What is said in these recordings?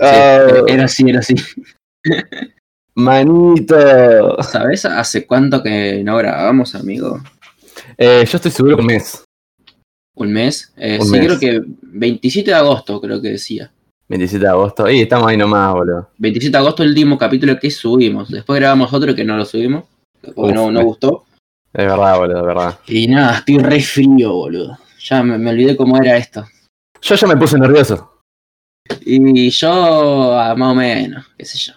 Oh, Era así, era así. manito. ¿Sabes hace cuánto que no grabamos, amigo? Eh, yo estoy seguro que un mes. ¿Un mes? Eh, Un sí, mes. creo que 27 de agosto, creo que decía. 27 de agosto. Y estamos ahí nomás, boludo. 27 de agosto el último capítulo que subimos. Después grabamos otro que no lo subimos, porque Uf, no, no me- gustó. Es verdad, boludo, es verdad. Y nada, estoy re frío, boludo. Ya me, me olvidé cómo era esto. Yo ya me puse nervioso. Y yo, ah, más o menos, qué sé yo.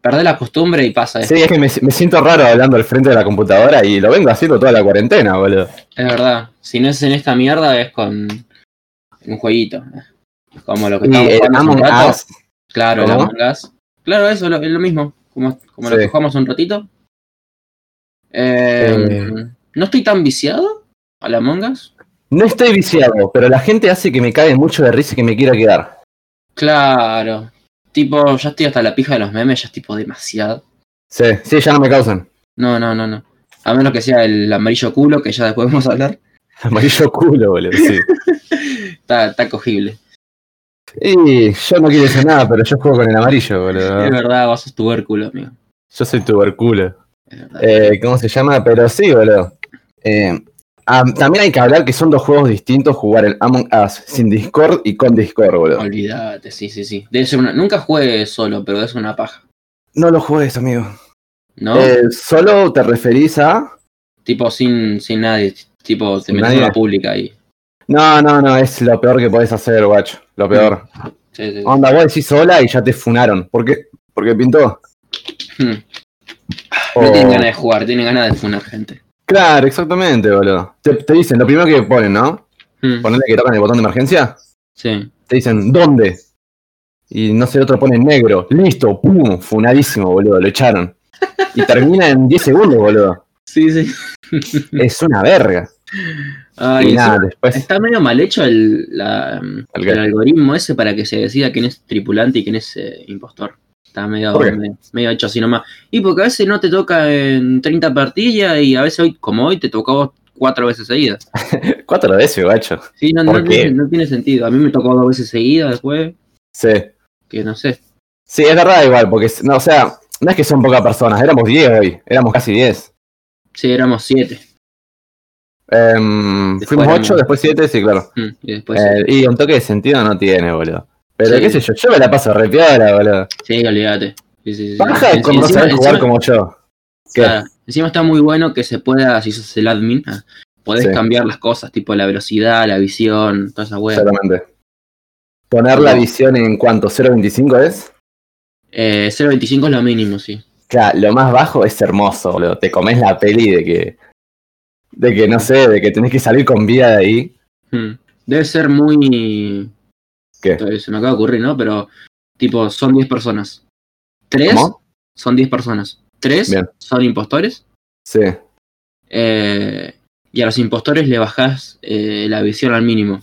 Perdé la costumbre y pasa esto. Sí, es que me, me siento raro hablando al frente de la computadora y lo vengo haciendo toda la cuarentena, boludo. Es verdad. Si no es en esta mierda, es con un jueguito. Como lo que Y eh, estamos el Among jugando hace un rato. Us, Claro, el ¿Cómo? Among Us. Claro, eso lo- es lo mismo. Como, como lo Sí. que jugamos un ratito. Eh, Eh. No estoy tan viciado a la Among Us. No estoy viciado, pero la gente hace que me cague mucho de risa y que me quiera quedar. Claro. Tipo, ya estoy hasta la pija de los memes, ya es tipo demasiado. Sí, sí, ya no me causan. No, no, no, no. A menos que sea el amarillo culo, que ya después vamos a hablar. Amarillo culo, boludo. Sí. Está, está cogible. Y yo no quiero decir nada, pero yo juego con el amarillo, Es boludo. verdad, vos sos tubérculo, amigo. Yo soy tuberculo. Es verdad. Eh, ¿Cómo se llama? Pero sí, boludo. Eh, ah, también hay que hablar que son dos juegos distintos jugar el Among Us sin Discord y con Discord, boludo. Olvídate, sí, sí, sí. Debe ser una... Nunca juegues solo, pero es una paja. No lo juegues, amigo. ¿No? Eh, solo te referís a. Tipo sin, sin nadie. Tipo, te Sin metes en nadie. la pública ahí. No, no, no, es lo peor que podés hacer, guacho. Lo peor. Sí, sí, sí. Onda, vos decís sola y ya te funaron. ¿Por qué? Porque pintó. Hmm. O- No tienen ganas de jugar, tienen ganas de funar gente. Claro, exactamente, boludo. Te, te dicen, lo primero que ponen, ¿no? Hmm, Ponerle que tocan el botón de emergencia. Sí. Te dicen, ¿dónde? Y no sé, otro pone negro. Listo, pum, funadísimo, boludo, lo echaron. Y termina en 10 segundos, boludo. Sí, sí. Es una verga. Ay, y sí. nada, después. Está medio mal hecho el, la, mm, ¿El qué? el algoritmo ese para que se decida quién es tripulante y quién es eh, impostor. Está medio, ¿Por qué? medio, medio hecho así nomás. Y porque a veces no te toca en 30 partidas y a veces hoy, como hoy, te tocó a vos cuatro veces seguidas. Cuatro veces, gacho. Sí, no, ¿Por no qué? tiene, no tiene sentido. A mí me tocó dos veces seguidas después, Sí. que no sé. Sí, es verdad, igual, porque, es- no, o sea, no es que son pocas personas, éramos 10 hoy, éramos casi 10. Sí, éramos siete. Em, Después fuimos éramos- 8, después 7, sí, claro. Mm, Y después, Eh, y un toque de sentido no tiene, boludo. Pero Sí. qué sé yo, yo me la paso re piola, boludo. sí, olvídate. Sí, sí, sí. Baja Y con no encima- saber jugar encima- como yo. ¿Qué? claro, encima está muy bueno que se pueda, si sos el admin, ah, podés Sí. cambiar las cosas, tipo la velocidad, la visión, toda esa wea. Exactamente. Poner la No. visión en cuánto, 0.25 es. Eh, 0.25 es lo mínimo, sí. Claro, lo más bajo es hermoso, boludo. Te comes la peli de que. De que no sé, de que tenés que salir con vida de ahí. Mm. Debe ser muy... eh, ¿Qué? Se me acaba de ocurrir, ¿no? Pero, tipo, son 10 personas. Tres ¿Cómo? son 10 personas. Tres Bien. son impostores. Sí. Eh, y a los impostores le bajás eh, la visión al mínimo.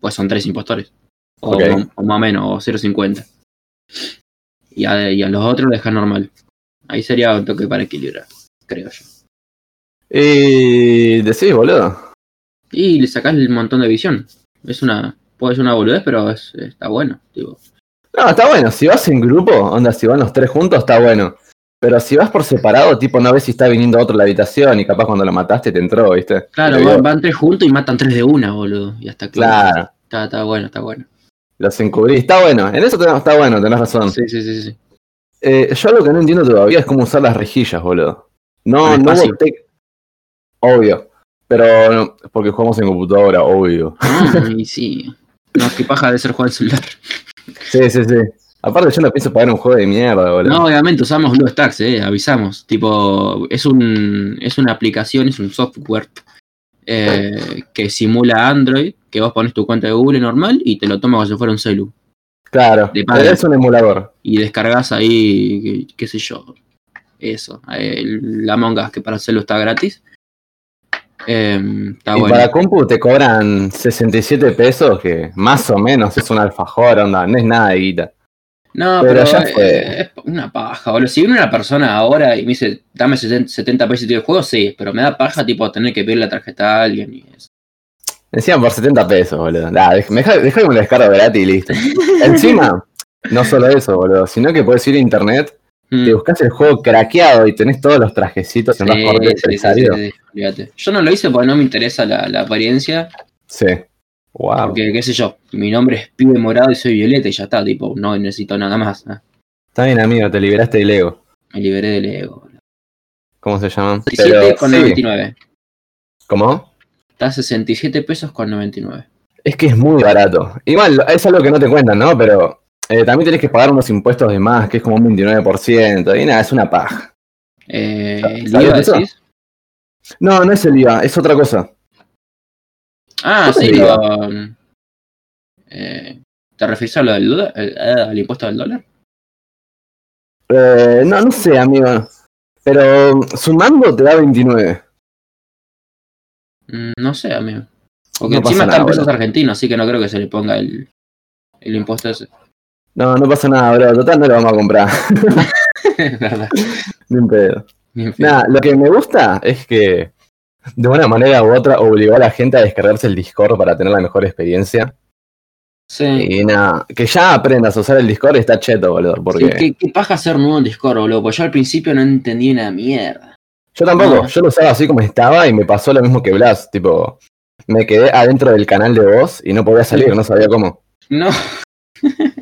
Pues son tres impostores. O, Ok. o- o más o menos, o 0.50. Y a, y a los otros lo dejas normal. Ahí sería un toque para equilibrar, creo yo. Y. Decís, boludo. Y le sacás el montón de visión. Es una. Puede ser una boludez, pero es- está bueno. tipo. No, está bueno. Si vas en grupo, onda, si van los tres juntos, está bueno. Pero si vas por separado, tipo, no ves si está viniendo otro a la habitación y capaz cuando lo mataste te entró, ¿viste? Claro, Te vio. van, van tres juntos y matan tres de una, boludo. Y hasta que. Claro. Está, está bueno, está bueno. Los encubrís. Está bueno. En eso te- está bueno, tenés razón. Sí, sí, sí, sí. Eh, yo lo que no entiendo todavía es cómo usar las rejillas, boludo. No, Con no espacio. voté. Obvio. Pero no, porque jugamos en computadora, obvio. Ah, y sí. No, qué paja de ser jugar al celular. Sí, sí, sí. Aparte, yo no pienso pagar un juego de mierda, boludo. No, obviamente usamos BlueStacks, eh, avisamos. Tipo, es un es una aplicación, es un software eh, que simula Android, que vos pones tu cuenta de Google normal y te lo toma como si fuera un celu. claro. de padre. Es un emulador. Y descargas ahí, qué, qué sé yo, eso. el- la Among Us, que para celu está gratis. Em, está y bueno. para compu te cobran 67 pesos, que más o menos es un alfajor, onda. No es nada de guita. No, Pero pero, ya eh, fue. es una paja, boludo. Si viene una persona ahora y me dice, dame 70 70 pesos y te doy el juego, sí, pero me da paja, tipo, tener que pedir la tarjeta a alguien y eso. Encima por 70 pesos, boludo. Nah, dej- me deja- Dejame una descarga gratis y listo. Encima, No solo eso, boludo, sino que puedes ir a internet, Mm. te buscas el juego craqueado y tenés todos los trajecitos en los Sí, colores sí, sí, salido. sí, sí, olvídate. Yo no lo hice porque no me interesa la, la apariencia. Sí. Wow. Porque, qué sé yo, mi nombre es Pibe Morado y soy Violeta y ya está, tipo, no necesito nada más. ¿no? Está bien, amigo, te liberaste del ego. Me liberé del ego. ¿Cómo se llaman? 67 Pero, con sí. 99. ¿Cómo? Está a 67 pesos con 99. Es que es muy barato. Igual, es algo que no te cuentan, ¿no? Pero eh, también tenés que pagar unos impuestos de más, que es como un 29%. Y nada, es una paja. Eh, ¿Sabes ¿el IVA eso? decís? No, no es el IVA, es otra cosa. Ah, ¿Cómo sí, el IVA? lo- eh, ¿Te refieres a lo del dólar- el- eh, al impuesto del dólar? Eh, no, no sé, amigo. Pero sumando te da 29. Mm, No sé, amigo. Porque No pasa encima están nada, pesos boludo. argentinos, así que no creo que se le ponga el, el impuesto ese. No, no pasa nada, bro. Total, no lo vamos a comprar. ¿Verdad? Ni un pedo. Ni en fin. Nada, lo que me gusta es que de una manera u otra obligó a la gente a descargarse el Discord para tener la mejor experiencia. Sí. Y nada, que ya aprendas a usar el Discord está cheto, boludo. Porque Sí, ¿qué, qué paja hacer nuevo en Discord, boludo? Pues yo al principio no entendí una mierda. yo tampoco, no. yo lo usaba así como estaba y me pasó lo mismo que Blas. Tipo, me quedé adentro del canal de voz y no podía salir, no sabía cómo. No.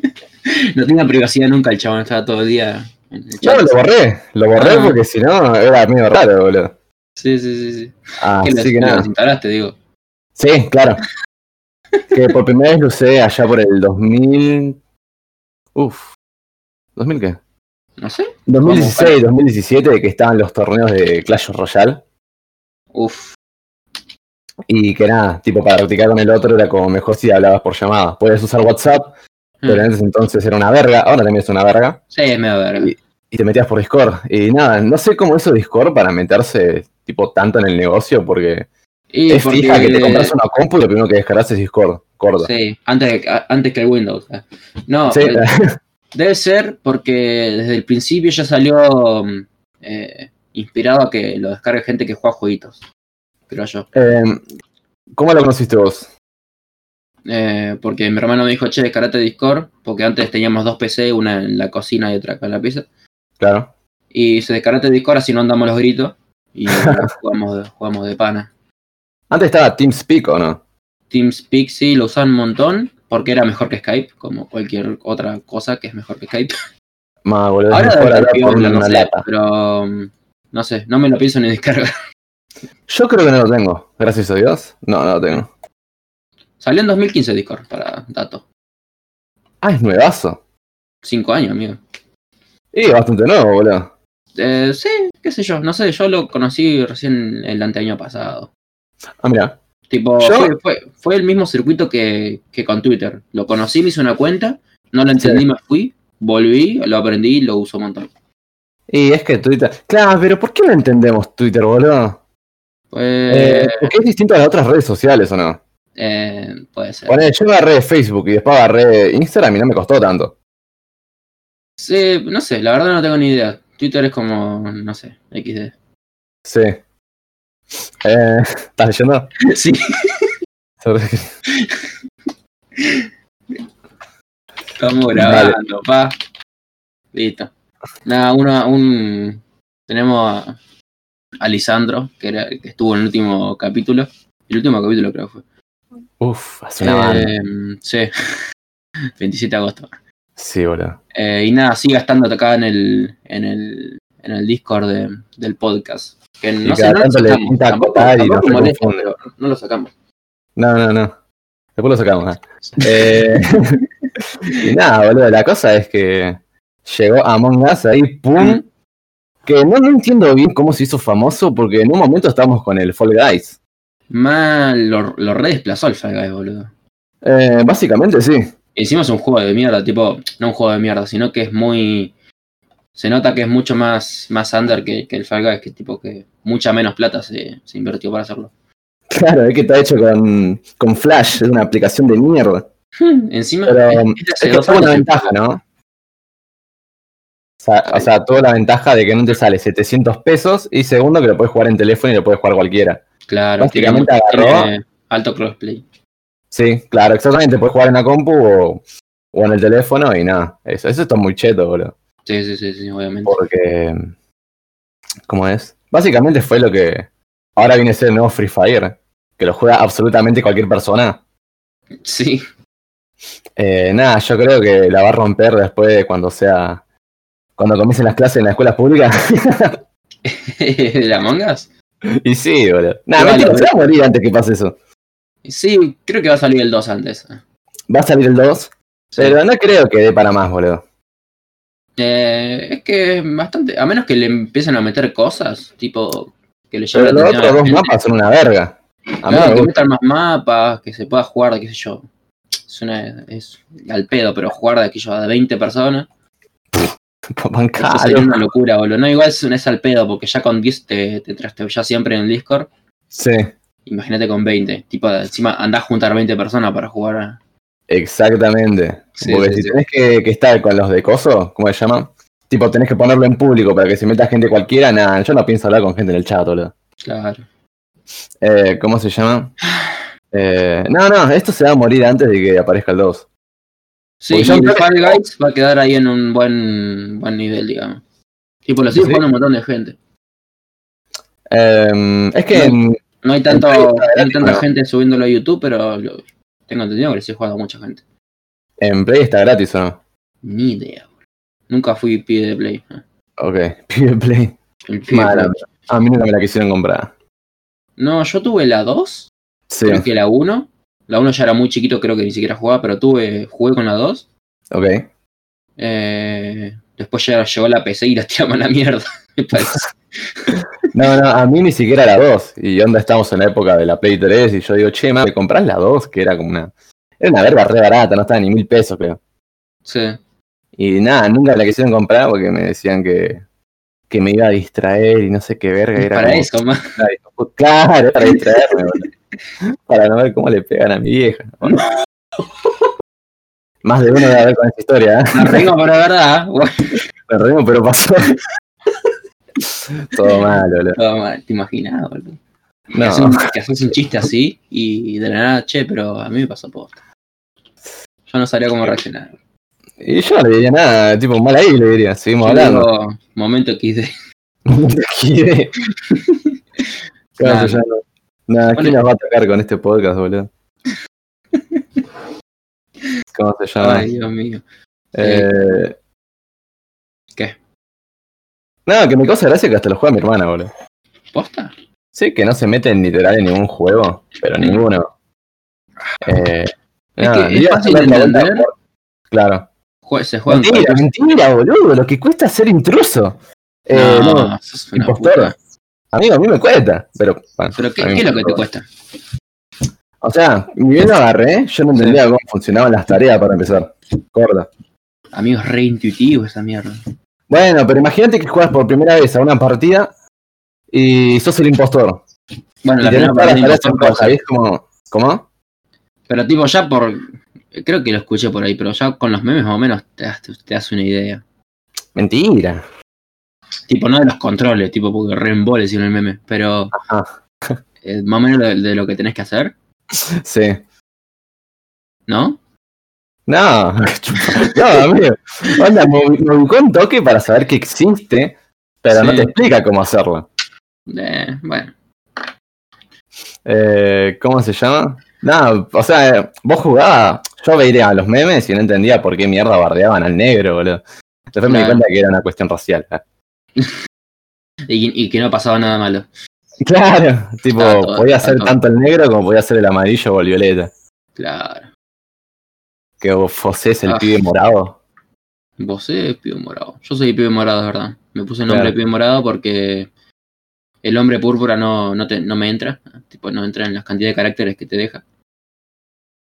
no tenía privacidad nunca el chabón, estaba todo el día en el Yo chat. lo borré, lo borré Ah. porque si no era medio raro, boludo. Sí, sí, sí, sí. ¿Qué lo- Así que lo nada. desinstalaste, digo? Sí, claro. que por primera vez lo usé allá por el 2000. Uf. ¿2000 qué? No sé. 2016, 2017, que estaban los torneos de Clash Royale. Uf. Y que nada, tipo, para practicar con el otro era como mejor si hablabas por llamada. Podías usar WhatsApp, Mm. pero en ese entonces era una verga, ahora también es una verga. Sí, es medio verga. Y te metías por Discord. Y nada, no sé cómo hizo Discord para meterse, tipo, tanto en el negocio, porque Y es fija que te compras una compu y lo primero que descargas es Discord, corto. Sí, antes, que- a- antes que el Windows. ah. No, Sí, pero debe ser porque desde el principio ya salió mm, eh, inspirado a que lo descargue gente que juega jueguitos. Creo yo. eh, ¿Cómo lo conociste vos? Eh, porque mi hermano me dijo, che, descarate Discord, porque antes teníamos dos PC, una en la cocina y otra acá en la pieza. Claro. Y se descarate Discord así no andamos los gritos y jugamos, de, jugamos de pana. Antes estaba TeamSpeak, ¿o no? TeamSpeak sí lo usaban un montón, porque era mejor que Skype, como cualquier otra cosa que es mejor que Skype. Ma, boludo, es Ahora mejor debe hablar estar por piola, una no sé, lata. pero um, no sé, no me lo pienso ni descargar. Yo creo que no lo tengo, gracias a Dios. No, no lo tengo. Salió en 2015 Discord, para dato. Ah, es nuevazo. Cinco años, amigo. Y es bastante nuevo, boludo. Eh, sí, qué sé yo, no sé, yo lo conocí recién el anteaño pasado. Ah, mira. Tipo, Yo- fue, fue- fue el mismo circuito que, que con Twitter. Lo conocí, me hice una cuenta, no lo entendí, Sí. me fui, volví, lo aprendí y lo uso un montón. Y es que Twitter. Claro, pero ¿por qué no entendemos Twitter, boludo? Pues, Eh, porque es distinto a las otras redes sociales, ¿o no? eh, puede ser. Bueno, yo agarré Facebook y después agarré Instagram y no me costó tanto. Sí, no sé, la verdad no tengo ni idea. Twitter es como, no sé, XD. Sí. Eh, ¿Estás leyendo? Sí. Sobre- Estamos grabando, pa. Listo. Nada, uno, un. Tenemos a, a Lisandro, que, era, que estuvo en el último capítulo. El último capítulo creo que fue. Uf, hace una banda. Em, sí. 27 de agosto. Sí, boludo. Eh, y nada, siga estando acá en el, en el, en el Discord de- del podcast. Que no Y sé, cada no lo tanto le sacamos. pinta Tampoco, acotar y tampoco nos molesta, reconfunde. pero no lo sacamos. No, no, no. Después lo sacamos. ah. Eh, y nada, boludo, la cosa es que llegó Among Us ahí, pum. Que no, no entiendo bien cómo se hizo famoso, porque en un momento estábamos con el Fall Guys. Mal, lo, lo redesplazó el Fall Guys, boludo. Eh, básicamente sí. Encima es un juego de mierda, tipo, no un juego de mierda, sino que es muy. Se nota que es mucho más, más under que, que el Fall Guys, que tipo que mucha menos plata se, se invirtió para hacerlo. Claro, es que está hecho con, con Flash, es una aplicación de mierda. Encima, Pero um, este hace es que dos tuvo una años- ventaja, ¿no? O sea, o sea, tuvo la ventaja de que no te sale 700 pesos y segundo que lo puedes jugar en teléfono y lo puedes jugar cualquiera. Claro, básicamente tiene- agarró- tiene alto crossplay. Sí, claro, exactamente. Puedes jugar en la compu o o en el teléfono y nada. Eso, eso está muy cheto, boludo. Sí, sí, sí, sí, obviamente. Porque. ¿Cómo es? Básicamente fue lo que. Ahora viene a ser el nuevo Free Fire. Que lo juega absolutamente cualquier persona. Sí, Eh, nada, yo creo que la va a romper después de cuando sea. Cuando comiencen las clases en las escuelas públicas. ¿la mangas? y sí, boludo. Nada, mentira, Igual, se boludo. va a morir antes que pase eso. Sí, creo que va a salir el 2 antes. Va a salir el 2. Sí. Pero no creo que dé para más, boludo. Eh, es que es bastante. A menos que le empiecen a meter cosas, tipo. Que le llamen Pero la los atención a otros la dos gente. mapas son una verga. A mí Claro, me que gusta. metan más mapas, que se pueda jugar, qué sé yo. Es, una, es al pedo, pero jugar de aquello de 20 personas. Eso sería Bancalo. una locura, boludo. No, igual es, es al pedo, porque ya con 10 te, te trastebillas siempre en el Discord. Sí, Imagínate con 20. Tipo, encima andás a juntar 20 personas para jugar. a- exactamente. Sí, Porque sí, si sí. tenés que, que estar con los de coso, ¿cómo se llama? Tipo, tenés que ponerlo en público para que se meta gente cualquiera. Nada, yo no pienso hablar con gente en el chat, boludo. Claro. Eh, ¿Cómo se llama? Eh, no, no, esto se va a morir antes de que aparezca el 2. Sí, Porque y yo el creo que- Fall Guys va a quedar ahí en un buen, buen nivel, digamos. Tipo, lo sigue Sí. jugando un montón de gente. Eh, es que No. en- No hay, tanto, Play está no hay tanta ¿no? gente subiéndolo a YouTube, pero lo- tengo entendido que lo sigue jugando mucha gente. en Play está gratis, ¿o no? Ni idea, boludo. Nunca fui pibe de Play. ¿no? Ok, pibe Play. El pibe de Mala. Ah, Play. A mí nunca me la quisieron comprar. No, yo tuve la 2, Sí, creo que la 1. La 1 ya era muy chiquito, creo que ni siquiera jugaba, pero tuve, jugué con la 2. ok. Eh, después ya llegó la PC y la tiramos a la mierda. me parece. No, no, a mí ni siquiera la 2. Y onda, estamos en la época de la Play 3 y yo digo, che, ma, ¿me comprás la 2? Que era como una... Era una verga re barata, no estaba ni mil pesos, creo. sí. Y nada, nunca me la quisieron comprar porque me decían que, que me iba a distraer y no sé qué verga. Es Era para como- eso, más. Claro, es para distraerme, boludo. Para no ver cómo le pegan a mi vieja. Bueno. Más de uno debe haber con esta historia, ¿eh? La tengo, pero de verdad. Bueno, Lo reímos, pero pasó. Todo mal, boludo. todo mal, te imaginas, boludo. Que haces No, un- que haces un chiste así y de la nada, che, pero a mí me pasó posta. Yo no sabía cómo reaccionar. y yo no le diría nada, tipo, mal ahí le diría, seguimos Yo hablando. digo, momento XD. No te quiere. Claro, Nada. ya no. Nada, ¿quién Bueno. nos va a atacar con este podcast, boludo? ¿Cómo se llama? Ay, Dios mío. Eh, ¿Qué? No, que me causa gracia que hasta lo juega mi hermana, boludo. ¿Posta? Sí, que no se mete en literal en ningún juego, pero Mm. ninguno. Eh, Es nada, que es iba a fácil hacer la de vuelta entender. por- Claro. Jue- se juegan Mentira, mentira, boludo, lo que cuesta ser intruso. Eh, no, no, sos una impostor. puta. Amigo, a mí me cuesta, pero... bueno, Pero ¿qué, a mí qué es me lo que te cuesta. cuesta? O sea, ni bien lo agarré, ¿eh? yo no entendía cómo funcionaban las tareas para empezar. Corta. Amigo, es re intuitivo esa mierda. Bueno, pero imagínate que juegas por primera vez a una partida y sos el impostor. Bueno, Y la tenés primera todas las parte tareas impostor en roja, pasa. y es como, ¿cómo? Pero tipo ya por... Creo que lo escuché por ahí, pero ya con los memes más o menos te das, te das una idea. Mentira. Tipo, no de los controles, tipo, porque re embole sino el meme. Pero Ajá. eh, más o menos de, de lo que tenés que hacer, Sí. ¿no? No, no, amigo. Onda, me, ubi- me ubicó un toque para saber que existe, pero no Sí. te explica cómo hacerlo. Eh, bueno, Eh, ¿Cómo se llama? No, o sea, eh, vos jugabas, yo veía a los memes y no entendía por qué mierda bardeaban al negro, boludo. Después me di Claro. cuenta que era una cuestión racial. y, y que no pasaba nada malo. Claro, tipo, Estaba todo- podía ser estaba todo. tanto el negro como podía ser el amarillo o el violeta. Claro. Que vos fosés el Ah. pibe morado. Vos es pibe morado. Yo soy pibe morado, es verdad. Me puse el nombre Claro. pibe morado porque el hombre púrpura no, no, te- no me entra. Tipo, no entra en las cantidades de caracteres que te deja.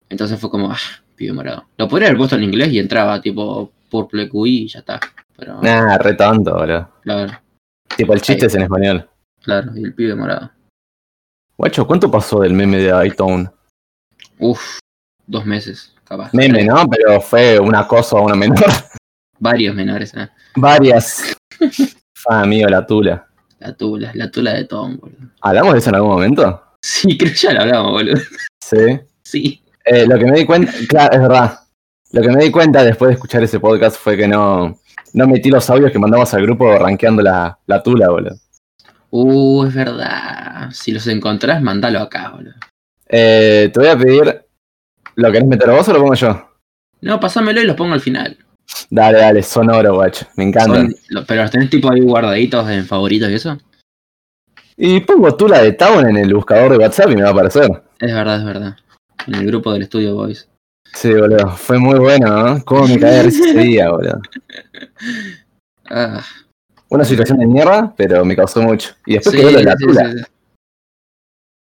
Entonces fue como, ah, pibe morado. Lo podría haber puesto en inglés y entraba, tipo, purple QI y ya está. Pero, Nah, re tonto, boludo. claro, Tipo, el chiste es en español. claro, y el pibe morado. Guacho, ¿cuánto pasó del meme de iTown? Uf, dos meses, capaz. Meme, ¿no? Pero fue un acoso a una menor. Varios menores, ¿eh? Varias. Ah, amigo, la tula. La tula, la tula de Tom, boludo. ¿Hablamos de eso en algún momento? Sí, creo que ya lo hablamos, boludo. Sí. Sí. Eh, lo que me di cuenta, claro, es verdad. Lo que me di cuenta después de escuchar ese podcast fue que no, no metí los audios que mandamos al grupo rankeando la, la tula, boludo. Uh, es verdad. Si los encontrás, mandalo acá, boludo. Eh, te voy a pedir. ¿Lo querés meter vos o lo pongo yo? No, pasámelo y los pongo al final. Dale, dale, son oro, guacho. Me encantan. Son- lo- pero los tenés tipo ahí guardaditos en favoritos y eso. Y pongo tula de Town en el buscador de WhatsApp y me va a aparecer. Es verdad, es verdad. En el grupo del estudio Boys. Sí, boludo. Fue muy bueno, ¿no? ¿Cómo me caí de risa ese día, boludo? Ah, Una situación de mierda, pero me causó mucho. Y después sí, quedó lo de la sí, tula. sí, sí.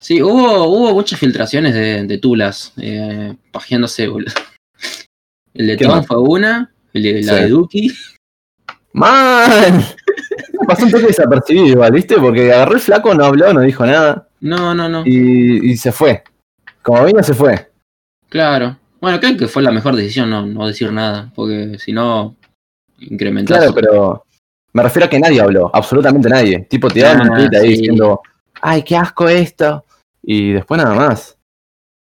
Sí, hubo, hubo muchas filtraciones de, de tulas eh, pajeándose, boludo. El de ¿Qué Tom más? fue una, el de, la Sí. de Duki. ¡Man! Pasó un toque desapercibido igual, ¿viste? Porque agarró el flaco, no habló, no dijo nada. No, no, no. Y, y se fue. Como vino, se fue. Claro. Bueno, creo que fue la mejor decisión no, no decir nada, porque si no, incrementás. Claro, pero me refiero a que nadie habló, absolutamente nadie. Tipo, tiraron Ah, un tweet ahí sí. diciendo, ¡ay, qué asco esto! Y después nada más.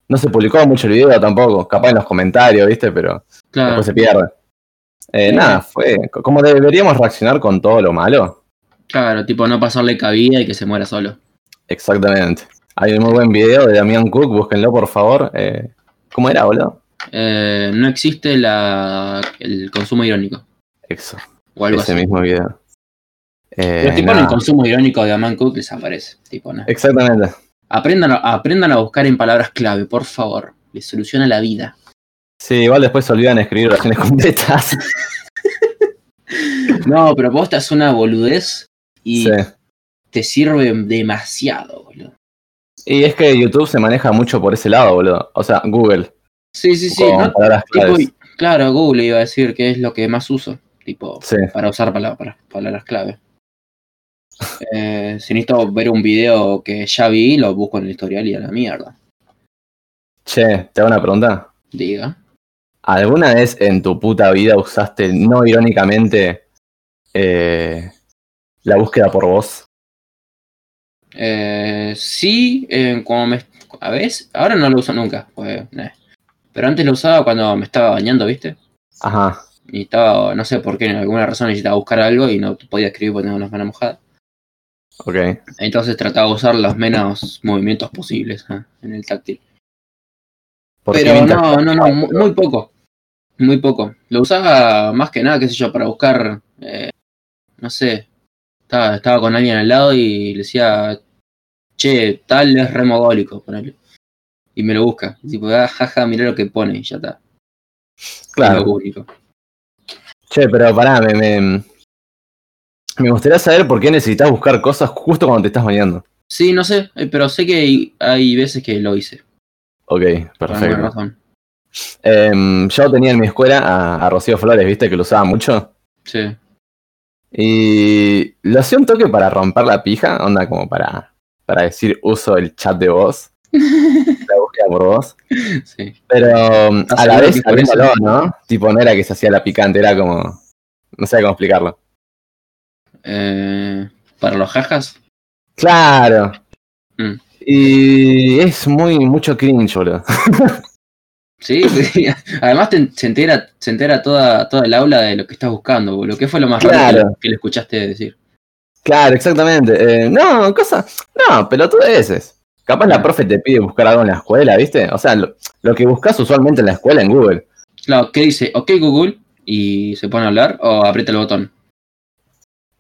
No se publicó mucho el video tampoco, capaz en los comentarios, ¿viste? Pero Claro. después se pierde. Eh, Ah. Sí. Nada, fue co- como deberíamos reaccionar con todo lo malo. Claro, tipo no pasarle cabida y que se muera solo. Exactamente. Hay un muy buen video de Damián Cook, búsquenlo por favor. Eh, ¿Cómo era, boludo? Eh, no existe la, el consumo irónico. Eso, O algo ese así. mismo video. Eh, Los tipos en el nada. consumo irónico de Aman Cook desaparece. Tipo, no. Exactamente. aprendan, a- aprendan a buscar en palabras clave, por favor. Les soluciona la vida. Sí, igual después se olvidan de escribir oraciones completas. No, pero vos te haces una boludez y Sí. te sirve demasiado, boludo. Y es que YouTube se maneja mucho por ese lado, boludo. O sea, Google. Sí, sí, sí. con no- palabras tipo, claves. claro, Google iba a decir que es lo que más uso. Tipo, Sí, para usar pala- para- palabras clave. Eh, si necesito ver un video que ya vi, lo busco en el historial y a la mierda. che, te hago una pregunta. Diga. ¿Alguna vez en tu puta vida usaste no irónicamente eh, la búsqueda por voz? Eh, sí, eh, como me, a veces, ahora no lo uso nunca, pues, nah. pero antes lo usaba cuando me estaba bañando, ¿viste? Ajá. Y estaba, no sé por qué, en alguna razón necesitaba buscar algo y no podía escribir porque tenía las manos mojadas. Ok. Entonces trataba de usar los menos movimientos posibles ah, en el táctil. ¿Por qué Pero mientras- no, no, no, mu- muy poco. Muy poco. Lo usaba más que nada, qué sé yo, para buscar. eh, no sé. Estaba, estaba con alguien al lado y le decía. Che, tal es remogólico, ponele. Y me lo busca. Y tipo, ah, jaja, mirá lo que pone, y ya está. Es lo Claro. público. Che, pero pará, me, me, me gustaría saber por qué necesitas buscar cosas justo cuando te estás bañando. Sí, no sé, eh, pero sé que hay, hay veces que lo hice. Ok, Por alguna perfecto. razón. Em, yo tenía en mi escuela a, a Rocío Flores, viste, que lo usaba mucho. Sí. Y lo hacía un toque para romper la pija, onda como para, para decir uso el chat de voz, la búsqueda por voz. sí. Pero um, a la seguro vez que por eso? sabiéndolo, ¿no? Tipo, no era que se hacía la picante, era como. No sé cómo explicarlo. Eh, para los jajas. Claro. Mm. Y es muy mucho cringe, boludo. Sí, sí. además te, se entera, se entera toda, toda el aula de lo que estás buscando, boludo. ¿Qué fue lo más raro que, Claro. le- que le escuchaste decir? Claro, exactamente. Eh, no, cosa. No, pelotudeces. Capaz Mm. la profe te pide buscar algo en la escuela, ¿viste? O sea, lo, lo que buscas usualmente en la escuela en Google. Claro, ¿qué dice? Ok, Google, y se pone a hablar o aprieta el botón.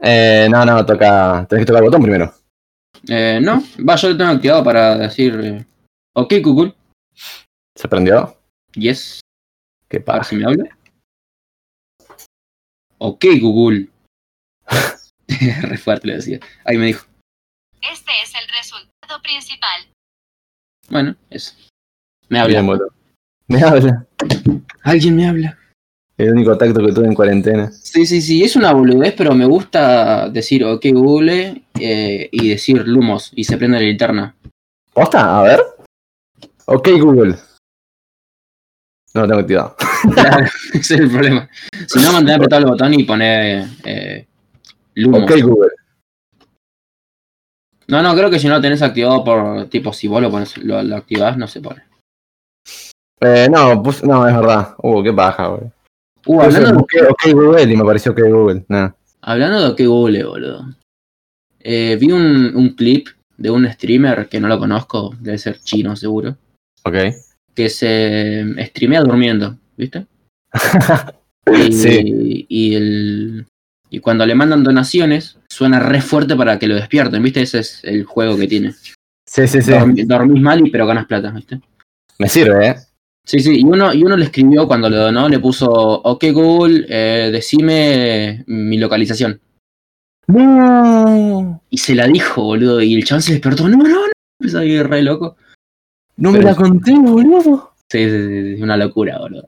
Eh, no, no, toca. Tenés que tocar el botón primero. Eh, no, va, yo lo tengo activado para decir eh, Ok, Google, ¿Se prendió? yes, Qué a ver paja. si me habla. Ok, Google. Re fuerte le decía. Ahí me dijo. Este es el resultado principal. Bueno, eso. Me Bien, habla. boludo. Me habla. Alguien me habla. El único tacto que tuve en cuarentena. Sí, sí, sí, es una boludez, pero me gusta decir ok Google eh, y decir Lumos y se prende la linterna. ¿Posta? A ver. Ok, Google. No lo tengo activado. Claro, ese es el problema. Si no, mantén apretado el botón y poné eh, Lumos. Ok, Google. No, no, creo que si no lo tenés activado por tipo si vos lo, pones, lo, lo activás, no se pone. Eh, no, pus- no, es verdad. Uh, qué paja, güey. Uh, Puse- hablando, busqué OK Google y me apareció OK Google. Nah. hablando de que Google, boludo. Eh, vi un, un clip de un streamer que no lo conozco, debe ser chino seguro, Ok. que se streamea durmiendo, ¿viste? Y, y el, y cuando le mandan donaciones, suena re fuerte para que lo despierten, ¿viste? Ese es el juego que tiene. Sí, sí, sí. Dorm- dormís mal y pero ganas plata, ¿viste? Me sirve, ¿eh? Sí, sí, y uno, y uno le escribió cuando lo donó, le puso, ok Google, eh, decime mi localización. No. Y se la dijo, boludo, y el chabón se despertó, no, no, no, empezó a ir re loco. No Pero- conté, boludo. Sí, sí, sí, sí, una locura, boludo.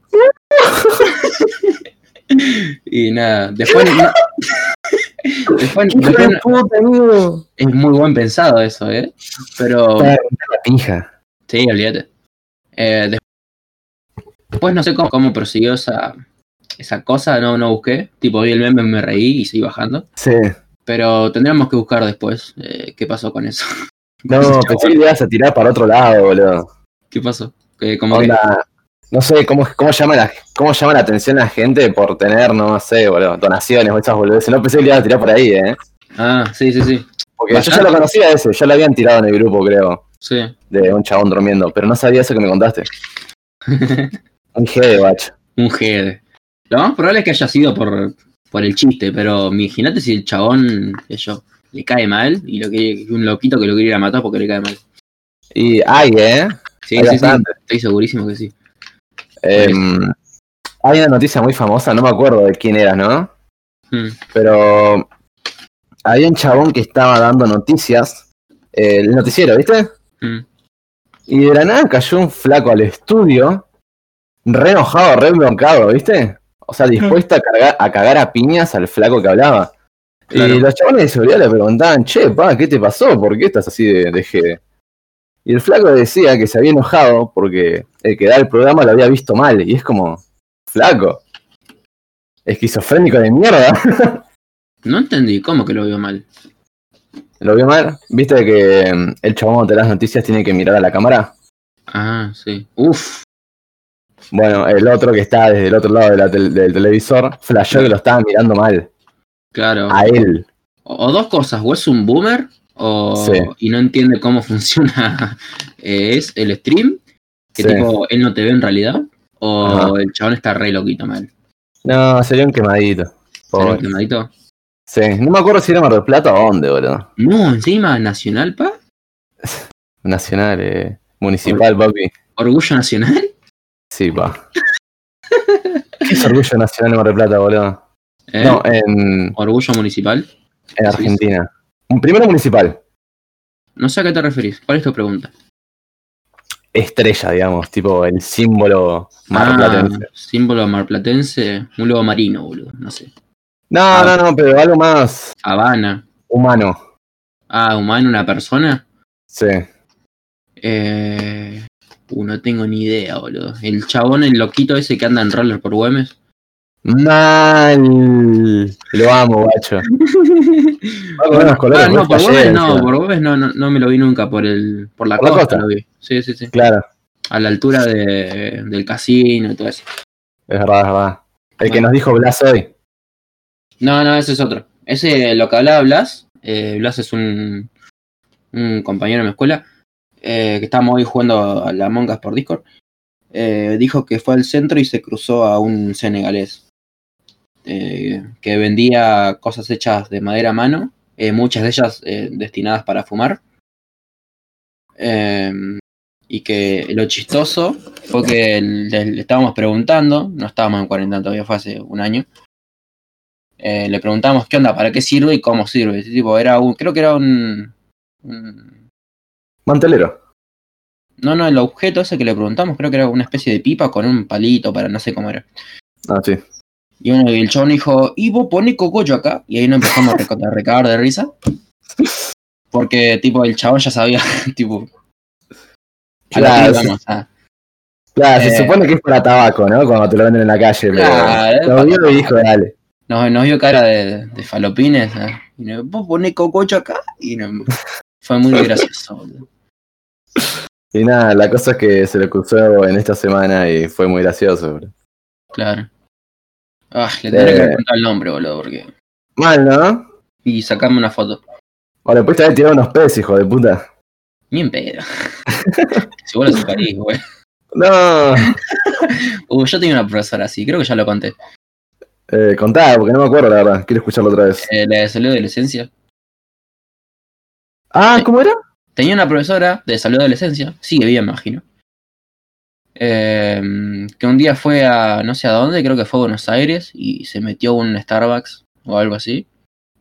y nada, después... no- después- Hijo después de no- puta, boludo. es muy buen pensado eso, ¿eh? Pero... Para contar la pija. Sí, olvídate. Eh, des- después no sé cómo, cómo prosiguió esa, esa cosa, no, no busqué. Tipo, vi el meme, me reí y seguí bajando. Sí. Pero tendríamos que buscar después eh, qué pasó con eso. No, Ese chabón, pensé que le ibas a tirar para otro lado, boludo. ¿Qué pasó? Que como que- Onda, no sé cómo, cómo, llama la, cómo llama la atención la gente por tener, no sé, boludo, donaciones o esas boludeces. No pensé que le ibas a tirar por ahí, ¿eh? Ah, sí, sí, sí. Porque yo Bastante. ya lo conocía ese, ya lo habían tirado en el grupo, creo, Sí. de un chabón durmiendo, pero no sabía eso que me contaste. Un G de bacho. Un GD. Lo más probable es que haya sido por, por el chiste, pero imagínate si el chabón, que yo, le cae mal y lo quiere, un loquito que lo quiere ir a matar porque le cae mal. Y hay, ¿eh? Sí, Hay sí, sí, bastante. estoy segurísimo que sí. Em, hay una noticia muy famosa, no me acuerdo de quién era, ¿no? Mm. Pero había un chabón que estaba dando noticias, eh, el noticiero, ¿viste? Mm. Y de la nada cayó un flaco al estudio, re enojado, re broncado, ¿viste? O sea, dispuesto a, cargar- a cagar a piñas al flaco que hablaba. Claro. Y los chabones de seguridad le preguntaban, che, pa, ¿qué te pasó? ¿Por qué estás así de, de jede?". Y el flaco decía que se había enojado porque el que da el programa lo había visto mal. Y es como, flaco, esquizofrénico de mierda. No entendí, ¿cómo que lo vio mal? ¿Lo vio mal? ¿Viste que mm, el chabón de las noticias tiene que mirar a la cámara? Ah, sí. Uf, Bueno, el otro que está desde el otro lado de la tel- del televisor flasheó que lo estaba mirando mal. claro. A él. O, o dos cosas, o es un boomer o, Sí. y no entiende cómo funciona eh, es el stream, que Sí. tipo, él no te ve en realidad, o Ajá. el chabón está re loquito mal. No, se dio un quemadito. ¿Será Pobre. un quemadito? Sí, no me acuerdo si era Mar del Plata o dónde, boludo. No, encima nacional, pa. Nacional, eh, municipal, papi. Orgullo nacional. Sí, pa. ¿Qué es orgullo nacional en Mar del Plata, boludo? ¿eh? No, en, Orgullo municipal. en Argentina. Un Primero municipal. No sé a qué te referís. ¿Cuál es tu pregunta? Estrella, digamos, tipo el símbolo marplatense. Ah, símbolo marplatense, un lobo marino, boludo. No sé. No, no, no, pero algo más Habana. humano. Ah, humano, una persona. Sí. Eh, uh, no tengo ni idea, boludo. El chabón, el loquito ese que anda en roller por Güemes. Mal. Lo amo, guacho. Va con unos colores ah, no, muy por Güemes flasheros, no, encima. por Güemes no, no, no me lo vi nunca, por el por la Por la costa, costa. lo vi. Sí, sí, sí. Claro, A la altura de, del casino y todo eso. es verdad, es verdad. El que Bueno. nos dijo Blas hoy. No, no, ese es otro. Ese lo que hablaba Blas, eh, Blas es un, un compañero en mi escuela, eh, que estábamos hoy jugando a la Mongas por Discord. eh, dijo que fue al centro y se cruzó a un senegalés eh, que vendía cosas hechas de madera a mano, eh, muchas de ellas eh, destinadas para fumar. Eh, y que lo chistoso fue que le, le estábamos preguntando, no estábamos en cuarentena todavía, fue hace un año. Eh, le preguntamos qué onda, para qué sirve y cómo sirve. Ese tipo era un, creo que era un, un- Mantelero. no, no, el objeto ese que le preguntamos, creo que era una especie de pipa con un palito para no sé cómo era. Ah, sí. Y bueno, y el chabón dijo, y vos ponés cocoyo acá. Y ahí nos empezamos a, reco- a recagar de risa. Porque tipo el chabón ya sabía, tipo. a lo que Claro, íbamos, ah. Claro, Eh. se supone que es para tabaco, ¿no? Cuando te lo venden en la calle. pero- Claro, es Lo para vio y tabaco. dijo, dale. nos, nos vio cara de, de falopines. ah. Y nos, vos ponés cocoyo acá. Y nos- fue muy gracioso, boludo. Y nada, la cosa es que se lo cruzó en esta semana y fue muy gracioso, bro. Claro. Ah, le tendré Eh. que preguntar el nombre, boludo, porque. Mal, ¿no? Y sacarme una foto. O le pudiste haber tirado unos peces, hijo de puta. Ni en pedo. si vos lo sacarís, güey. No. Uh, yo tenía una profesora así, creo que ya lo conté. Eh, contá, porque no me acuerdo, la verdad. Quiero escucharlo otra vez. Eh, la de salud de adolescencia. Ah, ¿cómo era? Tenía una profesora de salud de adolescencia, sigue bien, imagino. em, que un día fue a no sé a dónde, creo que fue a Buenos Aires, y se metió a un Starbucks o algo así.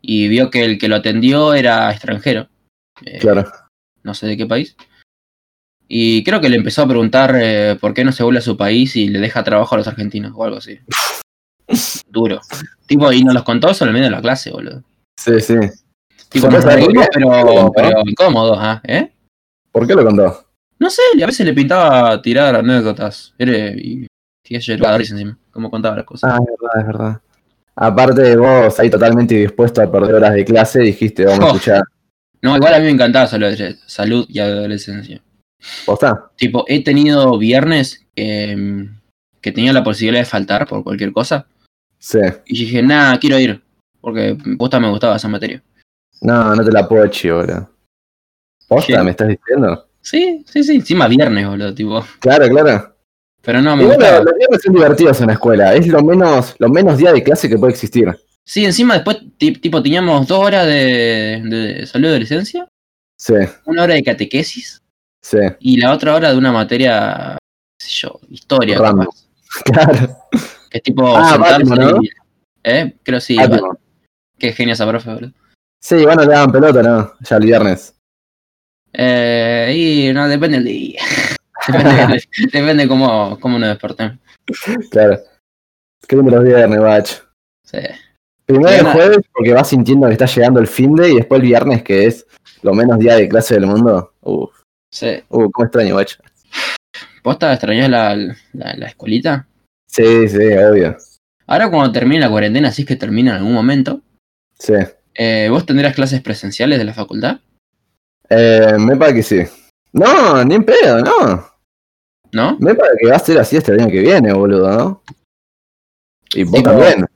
Y vio que el que lo atendió era extranjero. eh, Claro. no sé de qué país. Y creo que le empezó a preguntar eh, por qué no se vuelve a su país y le deja trabajo a los argentinos o algo así. Duro. Tipo, y nos los contó solo en medio de la clase, boludo. Sí, sí. Tipo, ¿Se nos puede reímos, saber pero, ¿no? pero incómodos, ¿ah? ¿eh? ¿Por qué lo contó? No sé, a veces le pintaba tirar anécdotas. Era y y ella era risa encima, como contaba las cosas. Ah, es verdad, es verdad. Aparte, vos ahí totalmente dispuesto a perder horas de clase, dijiste, vamos a Oh. escuchar. No, igual a mí me encantaba salud, salud y adolescencia. ¿Posta? Tipo, he tenido viernes em, que tenía la posibilidad de faltar por cualquier cosa. Sí. Y yo dije, nada, quiero ir. Porque posta me gustaba esa materia. No, no te la puedo chivo, bro. ¿Posta? Sí. ¿Me estás diciendo? Sí, sí, sí. Encima viernes, boludo, tipo. Claro, claro. Pero no, me Y bueno, gustaba. los viernes son divertidos en la escuela. Es lo menos, lo menos día de clase que puede existir. Sí, encima después, ti- tipo, teníamos dos horas de, de salud de adolescencia, Sí, una hora de catequesis sí. y la otra hora de una materia, qué sé yo, historia. Random. capaz. Claro. Que es tipo Ah, Batman, ¿no? y- ¿Eh? Creo sí. Ah, Batman. tipo, Qué genia esa profe, boludo. sí, bueno, le daban pelota, ¿no? Ya el viernes. Eh, y no, depende del día. depende, depende cómo, cómo nos despertemos. Claro. Qué lindo los viernes, bach. Sí. Primero el Bien, jueves porque vas sintiendo que está llegando el fin de y después el viernes que es lo menos día de clase del mundo. Uh, sí. uh, cómo extraño, bach. ¿Posta extrañás la, la, la escuelita? Sí, sí, obvio. Ahora cuando termine la cuarentena, si es que termina en algún momento, Sí. eh, ¿vos tendrás clases presenciales de la facultad? Eh, me parece que sí. No, ni en pedo, no. ¿No? Me parece que va a ser así este año que viene, boludo, ¿no? Y vos Tipo, también.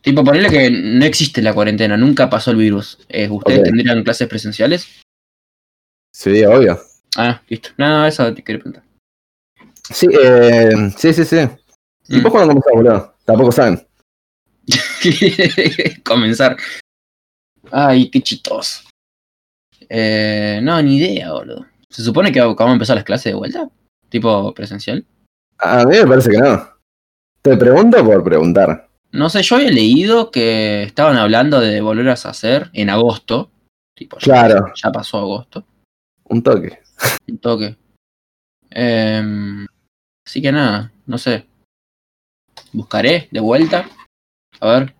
Tipo, ponerle que no existe la cuarentena, nunca pasó el virus. Eh, ¿Ustedes Ok. tendrían clases presenciales? Sí, obvio. Ah, listo. No, eso te quería preguntar. Sí, eh, sí, sí, sí. ¿Y Mm. vos cuándo comenzás, boludo? Tampoco saben. Mm. Comenzar. Ay, qué chitos. Eh, no, ni idea, boludo. ¿Se supone que vamos a empezar las clases de vuelta? ¿Tipo presencial? A mí me parece que no. Te pregunto por preguntar. No sé, yo había leído que estaban hablando de volver a hacer en agosto. Tipo, ya- Claro. Ya pasó agosto. Un toque. Un toque. Em, así que nada, no sé. Buscaré de vuelta. A ver,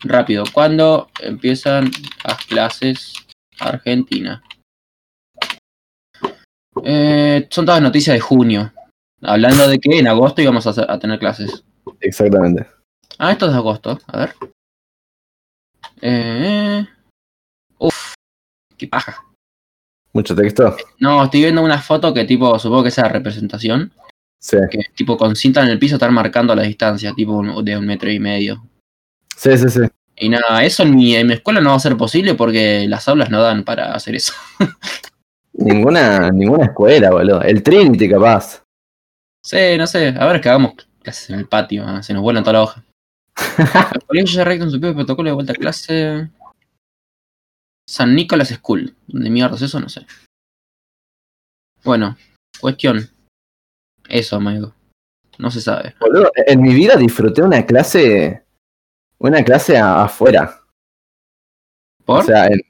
rápido. ¿Cuándo empiezan las clases Argentina? Eh, son todas noticias de junio. Hablando de que en agosto íbamos a, hacer- a tener clases. Exactamente. Ah, esto es de agosto. A ver. Eh, uf, qué paja. Mucho texto. No, estoy viendo una foto que tipo, supongo que sea de representación. Sí. Que tipo con cinta en el piso están marcando la distancia, tipo un- de un metro y medio. Sí, sí, sí. Y nada, eso en mi, en mi escuela no va a ser posible porque las aulas no dan para hacer eso. Ninguna, ninguna escuela, boludo. El Trinity, capaz. Sí, no sé, a ver que hagamos clases en el patio, ah, se nos vuelan toda la hoja. El colegio ya recta en su propio protocolo de vuelta a clase. San Nicolás School. ¿Dónde mierda es eso? No sé. Bueno, cuestión. Eso, amigo. No se sabe. Boludo, en mi vida disfruté una clase. Una clase a- afuera. ¿Por? O sea, en,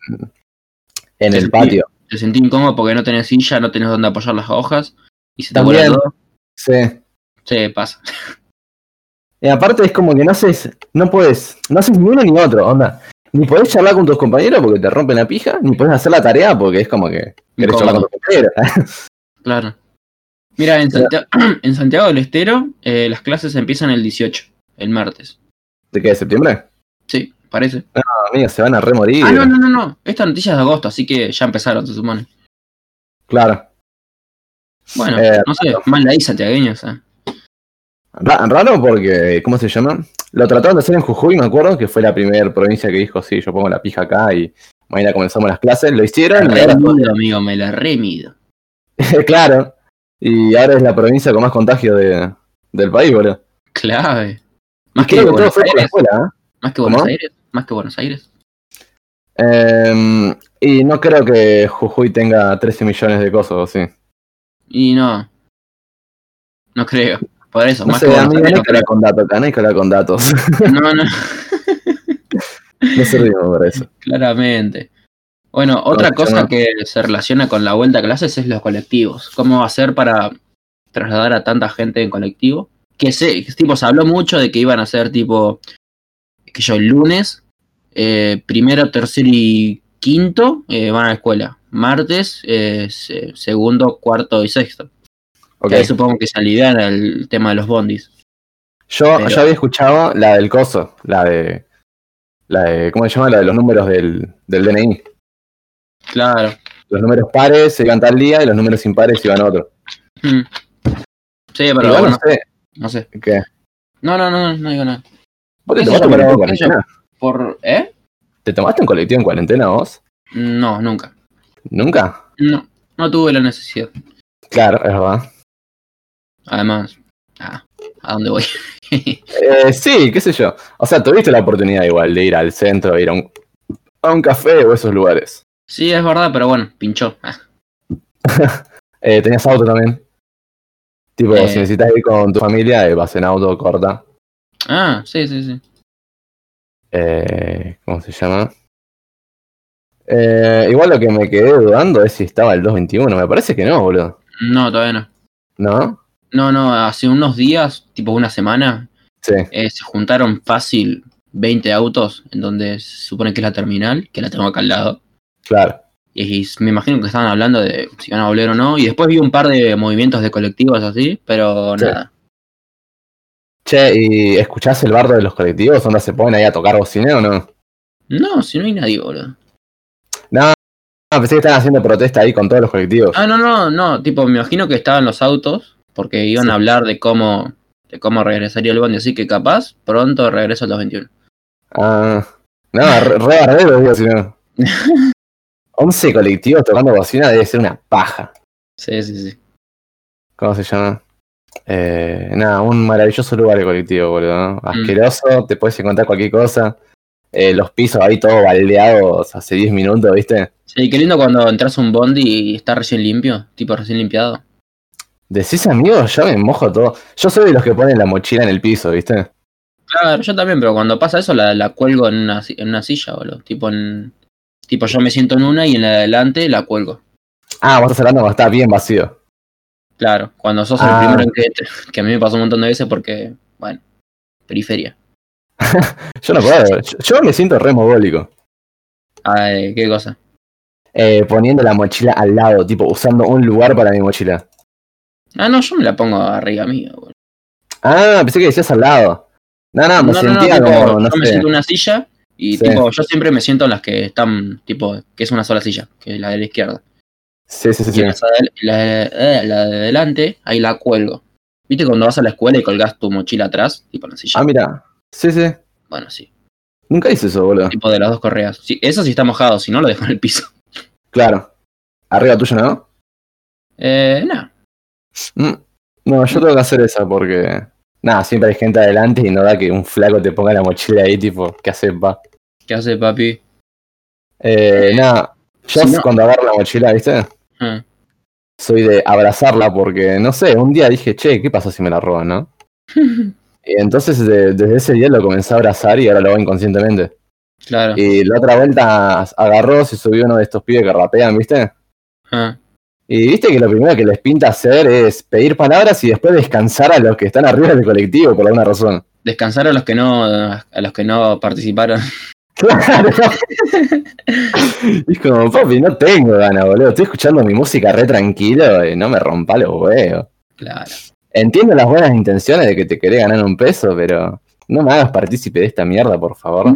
en Sí, el sí. patio. Te sentí incómodo porque no tenés silla, no tenés dónde apoyar las hojas. Y se te También. vuela todo. Sí. Sí, pasa. Y aparte es como que no haces, no puedes, no haces ni uno ni otro, onda. Ni podés charlar con tus compañeros porque te rompen la pija, ni podés hacer la tarea porque es como que querés charlar con Incómodo, tus compañeros. claro. Mira, en, Santia- en Santiago del Estero eh, las clases empiezan el 18, el martes. ¿De qué? ¿De septiembre? Sí, parece. No, amigos, se van a remorir. Ah, no, no, no, no. Esta noticia es de agosto, así que ya empezaron, se supone. Claro. Bueno, Eh, no sé, mal ¿eh? la hizo Tiagueño, o sea. Ra- Raro porque, ¿cómo se llama? Lo trataron de hacer en Jujuy, me acuerdo, que fue la primera provincia que dijo, sí, yo pongo la pija acá y mañana comenzamos las clases. Lo hicieron, y Me la ahora- mido, amigo, me la remido. claro. Y ahora es la provincia con más contagio de, del país, boludo. Clave. Y Más que, creo que todo Buenos fue por la Aires, escuela, ¿eh? más que Buenos ¿Cómo? Aires. Más que Buenos Aires. Em, y no creo que Jujuy tenga 13 millones de cosas, ¿o sí. Y no. No creo. Por eso, No más sé, que amigo, Buenos no hay Aires. que hablar con datos, acá, no hay que hablar con datos. No, no, No servimos para eso. claramente. Bueno, otra yo cosa no. que se relaciona con la vuelta a clases es los colectivos. ¿Cómo va a ser para trasladar a tanta gente en colectivo? Que se, tipo, se habló mucho de que iban a ser tipo, que yo, lunes, eh, primero, tercero y quinto eh, van a la escuela. Martes, eh, se- segundo, cuarto y sexto. Ok. Que ahí supongo que se aliviana el tema de los bondis. Yo, Pero- yo había escuchado la del coso, la de. La de. ¿Cómo se llama? La de los números del, del DNI. Claro. Los números pares se iban tal día y los números impares se iban otro. Mm. Sí, pero Igual bueno, no sé. no sé. ¿Qué? No, no, no, no digo nada. ¿Vos te Eso tomaste un yo, colectivo en pero- eso- cuarentena? Por, ¿Eh? ¿Te tomaste un colectivo en cuarentena vos? No, nunca. ¿Nunca? No, no tuve la necesidad. Claro, es verdad. Además, ah, ¿a dónde voy? Eh, sí, qué sé yo. O sea, tuviste la oportunidad igual de ir al centro, ir a un, a un café o esos lugares. sí, es verdad, pero bueno, pinchó. Ah, Eh, ¿Tenías auto también? Tipo, Eh. si necesitas ir con tu familia, eh, vas en auto, corta. Ah, sí, sí, sí. Eh, ¿Cómo se llama? Eh, igual lo que me quedé dudando es si estaba el 221. Me parece que no, boludo. No, todavía no. ¿No? No, no, hace unos días, tipo una semana, Sí. eh, se juntaron fácil 20 autos en donde se supone que es la terminal, que la tengo acá al lado. Claro. Y s- me imagino que estaban hablando de si van a volver o no. Y después vi un par de movimientos de colectivos así, pero Sí. nada. Che, ¿y escuchás el bardo de los colectivos? ¿Dónde se ponen ahí a tocar bocina o no? No, si no hay nadie, boludo. Ah, pensé que estaban haciendo protesta ahí con todos los colectivos. Ah, no, no, no, tipo, me imagino que estaban los autos, porque iban Sí. a hablar de cómo, de cómo regresaría el bondi, así que capaz pronto regreso a los 21. Ah, no, re, re bardero, digo, si no. 11 colectivos tocando bocina debe ser una paja. Sí, sí, sí. ¿Cómo se llama? Eh, nada, un maravilloso lugar el colectivo, boludo. ¿no? Asqueroso, te puedes encontrar cualquier cosa. Eh, los pisos ahí todos baldeados hace 10 minutos, ¿viste? Sí, qué lindo cuando entras a un bondi y está recién limpio, tipo recién limpiado. Decís, amigos, yo me mojo todo. Yo soy de los que ponen la mochila en el piso, ¿viste? Claro, yo también, pero cuando pasa eso la, la cuelgo en una, si- en una silla, boludo. Tipo, en, tipo, yo me siento en una y en la de adelante la cuelgo. Ah, vos estás hablando cuando está bien vacío. Claro, cuando sos Ah. el primero que, te- que a mí me pasó un montón de veces porque, bueno, periferia. Yo no puedo, yo, yo me siento re mogólico. Ay, qué cosa. Eh, poniendo la mochila al lado, tipo, usando un lugar para mi mochila. Ah, no, yo me la pongo arriba mío, boludo. Ah, pensé que decías al lado. No, no, me sentía tipo, como, no yo me sé. siento en una silla y Sí. tipo, yo siempre me siento en las que están, tipo, que es una sola silla, que es la de la izquierda. Sí, sí, sí, Y sí. las adel- la, de- eh, la de adelante, ahí la cuelgo. ¿Viste cuando vas a la escuela y colgás tu mochila atrás, tipo en la silla? Ah, mira. Sí, sí. Bueno, sí. Nunca hice eso, boludo. Tipo de las dos correas. Sí, eso sí está mojado, si no lo dejo en el piso. Claro. Arriba tuyo, ¿no? Eh, nada. Mm. No, yo tengo que hacer esa porque. Nada, siempre hay gente adelante y no da que un flaco te ponga la mochila ahí, tipo, ¿qué haces, pa? ¿Qué hace papi? Eh, nada. Yo Si no- cuando agarro la mochila, ¿viste? Ah. Soy de abrazarla porque, no sé, un día dije, che, ¿qué pasa si me la roban, no? Y entonces de- desde ese día lo comencé a abrazar y ahora lo hago inconscientemente. claro. Y la otra vuelta agarró, se subió uno de estos pibes que rapean, ¿viste? Ah, Y viste que lo primero que les pinta hacer es pedir palabras y después descansar a los que están arriba del colectivo por alguna razón. Descansar a los que no, a los que no participaron. Claro. Y es como, papi, no tengo ganas, boludo. Estoy escuchando mi música re tranquilo y no me rompa los huevos. Claro. Entiendo las buenas intenciones de que te querés ganar un peso, pero no me hagas partícipe de esta mierda, por favor.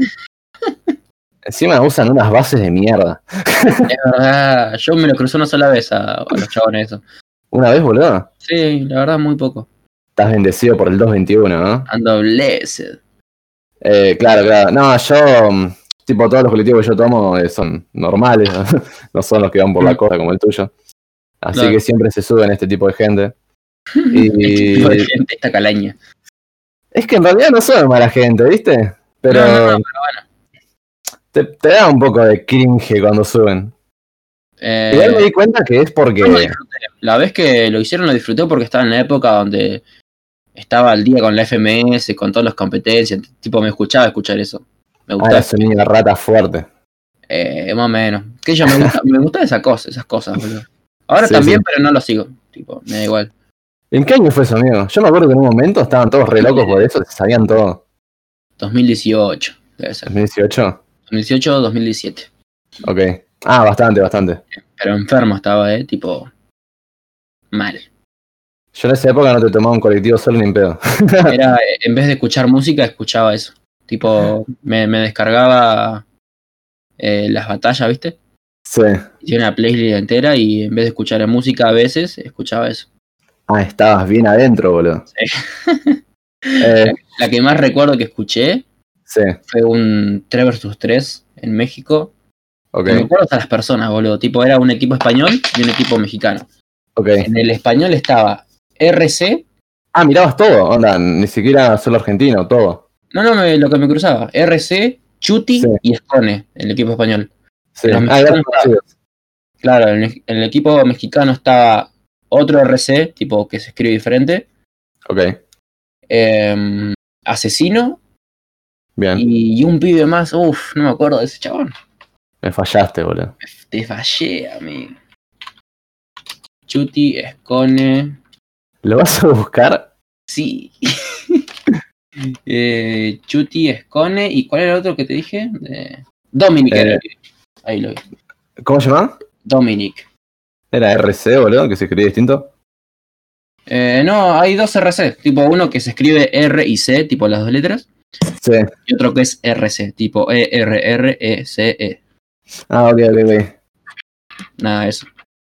Encima usan unas bases de mierda. Es verdad, yo me lo crucé una sola vez a, a los chabones eso. Una vez, boludo. Sí, la verdad, muy poco. Estás bendecido por el 221, ¿no? Ando blessed. Eh, claro, claro. No, yo, mm, tipo, todos los colectivos que yo tomo eh, son normales, ¿no? No son los que van por la costa como el tuyo. Así Mm. Claro. que siempre se suben este tipo de gente. Y Este tipo de gente, esta calaña. es que en realidad no son mala gente, ¿viste? Pero No, no, no, Te, te da un poco de cringe cuando suben. Eh, Igual me di cuenta que es porque... yo lo disfruté. La vez que lo hicieron lo disfruté porque estaba en la época donde estaba al día con la FMS, con todas las competencias. Tipo, me escuchaba escuchar eso. Me Ah, gustaba. es un niño de rata fuerte. Eh, más o menos. Que yo me gusta, me gusta esa cosa, esas cosas, boludo. Ahora Sí, también, pero no lo sigo. Tipo, me da igual. ¿En qué año fue eso, amigo? Yo me acuerdo que en un momento estaban todos re locos por eso, se sabían todo. 2018, debe ser. 2018. 2018 o 2017. Ok. Ah, bastante, bastante. Pero enfermo estaba, eh, tipo. Mal. Yo en esa época no te tomaba un colectivo solo ni en pedo. Era, eh, en vez de escuchar música, escuchaba eso. Tipo, me, me descargaba eh, las batallas, ¿viste? Sí. Hice una playlist entera y en vez de escuchar música a veces, escuchaba eso. Ah, estabas bien adentro, boludo. Eh, La que más recuerdo que escuché sí, fue un 3 vs 3 en México. ok, Que Me acuerdo hasta las personas, boludo. Tipo, era un equipo español y un equipo mexicano. ok. En el español estaba RC. Ah, mirabas todo, onda, ni siquiera solo argentino, todo. No, no, me- lo que me cruzaba. RC, Chuti Sí. y Scone, en el equipo español. Sí. Los Ah, eran mexicanos conocidos. Claro, en el, en el equipo mexicano estaba otro RC, tipo que se escribe diferente, Ok, em, Asesino bien. y, y un pibe más, uff, no me acuerdo de ese chabón. Me fallaste, boludo. Te fallé, amigo. Chuti, Escone, ¿Lo vas a buscar? sí. Eh, Chuti, Escone, ¿y cuál era el otro que te dije? Eh, Dominic. era el pibe. Ahí lo vi. ¿Cómo se llama? Dominic. Era RC, boludo, que se escribía distinto. Eh, no, hay dos RC, tipo uno que se escribe R y C, tipo las dos letras. Sí. y otro que es RC, tipo E, E-R-R-E-C-E. Ah, ok, ok, ok. E. Nada, de eso.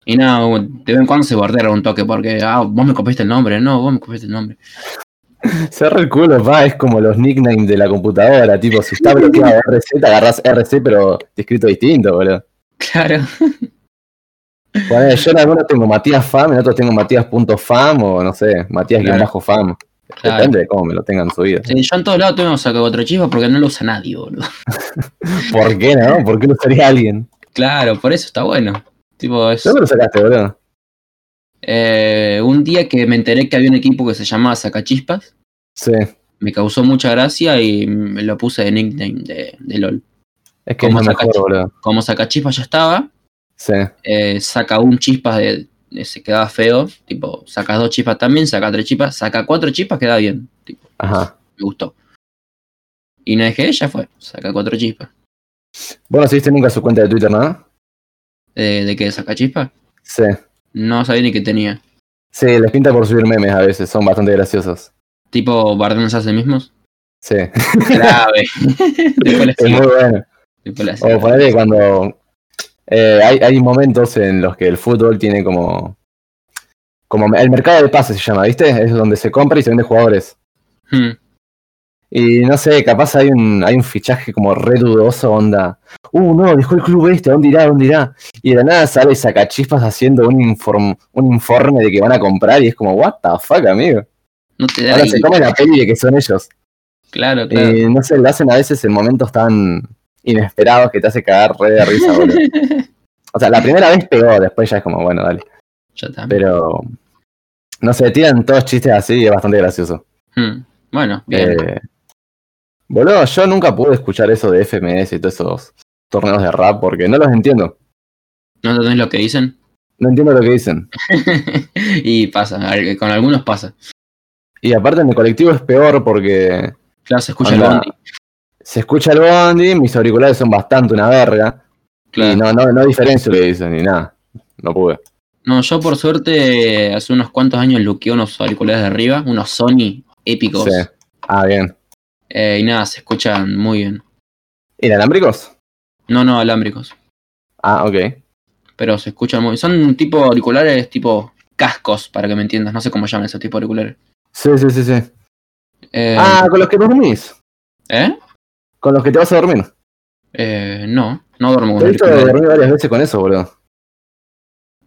Y nada, de vez en cuando se bordea un toque porque, ah, vos me copiaste el nombre, no, vos me copiaste el nombre. Cerra el culo, va, es como los nicknames de la computadora, tipo, si está bloqueado RC, te agarrás RC, pero escrito distinto, boludo. Claro. Ponele, yo en algunos tengo Matías Fam, en otros tengo Matías.fam o no sé, Matías Claro. bajo fam. Claro. Depende de cómo me lo tengan subido. Sí, yo en todos lados tengo saco otro chispa porque no lo usa nadie, boludo. ¿Por qué no? ¿Por qué lo usaría alguien? Claro, por eso está bueno. Tipo, es. ¿Dónde lo sacaste, boludo? eh, un día que me enteré que había un equipo que se llamaba Sacachispas, Sí. me causó mucha gracia y me lo puse de nickname de, de LOL. Es que es ¿Cómo lo mejor, sacaste? boludo. Como Sacachispas ya estaba, Sí. eh, saca un chispas de, de- se queda feo, tipo, sacas dos chispas también, saca tres chispas, saca cuatro chispas, queda bien, tipo, Ajá. me gustó. Y no dejé, ya fue, saca cuatro chispas. ¿Vos no seguiste nunca su cuenta de Twitter, no? Eh, ¿De qué saca chispas? Sí. No sabía ni qué tenía. Sí, les pinta por subir memes a veces, son bastante graciosos. Tipo, bardenos a sí mismos. Sí. Grave. después la Es muy sigo, bueno. después la O sigo. ponele cuando eh, hay, hay momentos en los que el fútbol tiene como. como el mercado de pases se llama, ¿viste? Es donde se compra y se vende jugadores. Hmm, Y no sé, capaz hay un, hay un fichaje como re dudoso, onda. Uh, no, dejó el club este, ¿a ¿dónde irá? ¿A ¿Dónde irá? Y de la nada sale sacachispas haciendo un, inform- un informe de que van a comprar y es como, what the fuck, amigo. No te da Ahora ahí. se come la peli de que son ellos. Claro, claro. Y no sé, lo hacen a veces en momentos tan inesperados que te hace cagar re de risa, boludo. O sea, la primera vez pegó, después ya es como, bueno, dale. Ya está. Pero. No sé, tiran todos chistes así y es bastante gracioso. Hmm, Bueno, bien. Eh, boludo, yo nunca pude escuchar eso de FMS y todos esos torneos de rap porque no los entiendo. ¿No entendés lo que dicen? No entiendo lo que dicen. y pasa, al- con algunos pasa. Y aparte en el colectivo es peor porque Claro, se escucha el Onda, bondi. se escucha el bondi, mis auriculares son bastante una verga. Claro. Y no, no, no diferencio lo que dicen ni nada. No pude. No, yo por suerte hace unos cuantos años luqueé unos auriculares de arriba, unos Sony épicos. Sí. Ah, bien. Eh, y nada, se escuchan muy bien. ¿Inalámbricos? No, no, alámbricos. Ah, ok. Pero se escuchan muy Son tipo auriculares tipo cascos, para que me entiendas. No sé cómo llaman esos tipos de auriculares. Sí, sí, sí, sí. Eh, Ah, con los que dormís. ¿eh? Con los que te vas a dormir. Eh, no, no duermo con Te he visto auriculares. dormir varias veces con eso, boludo.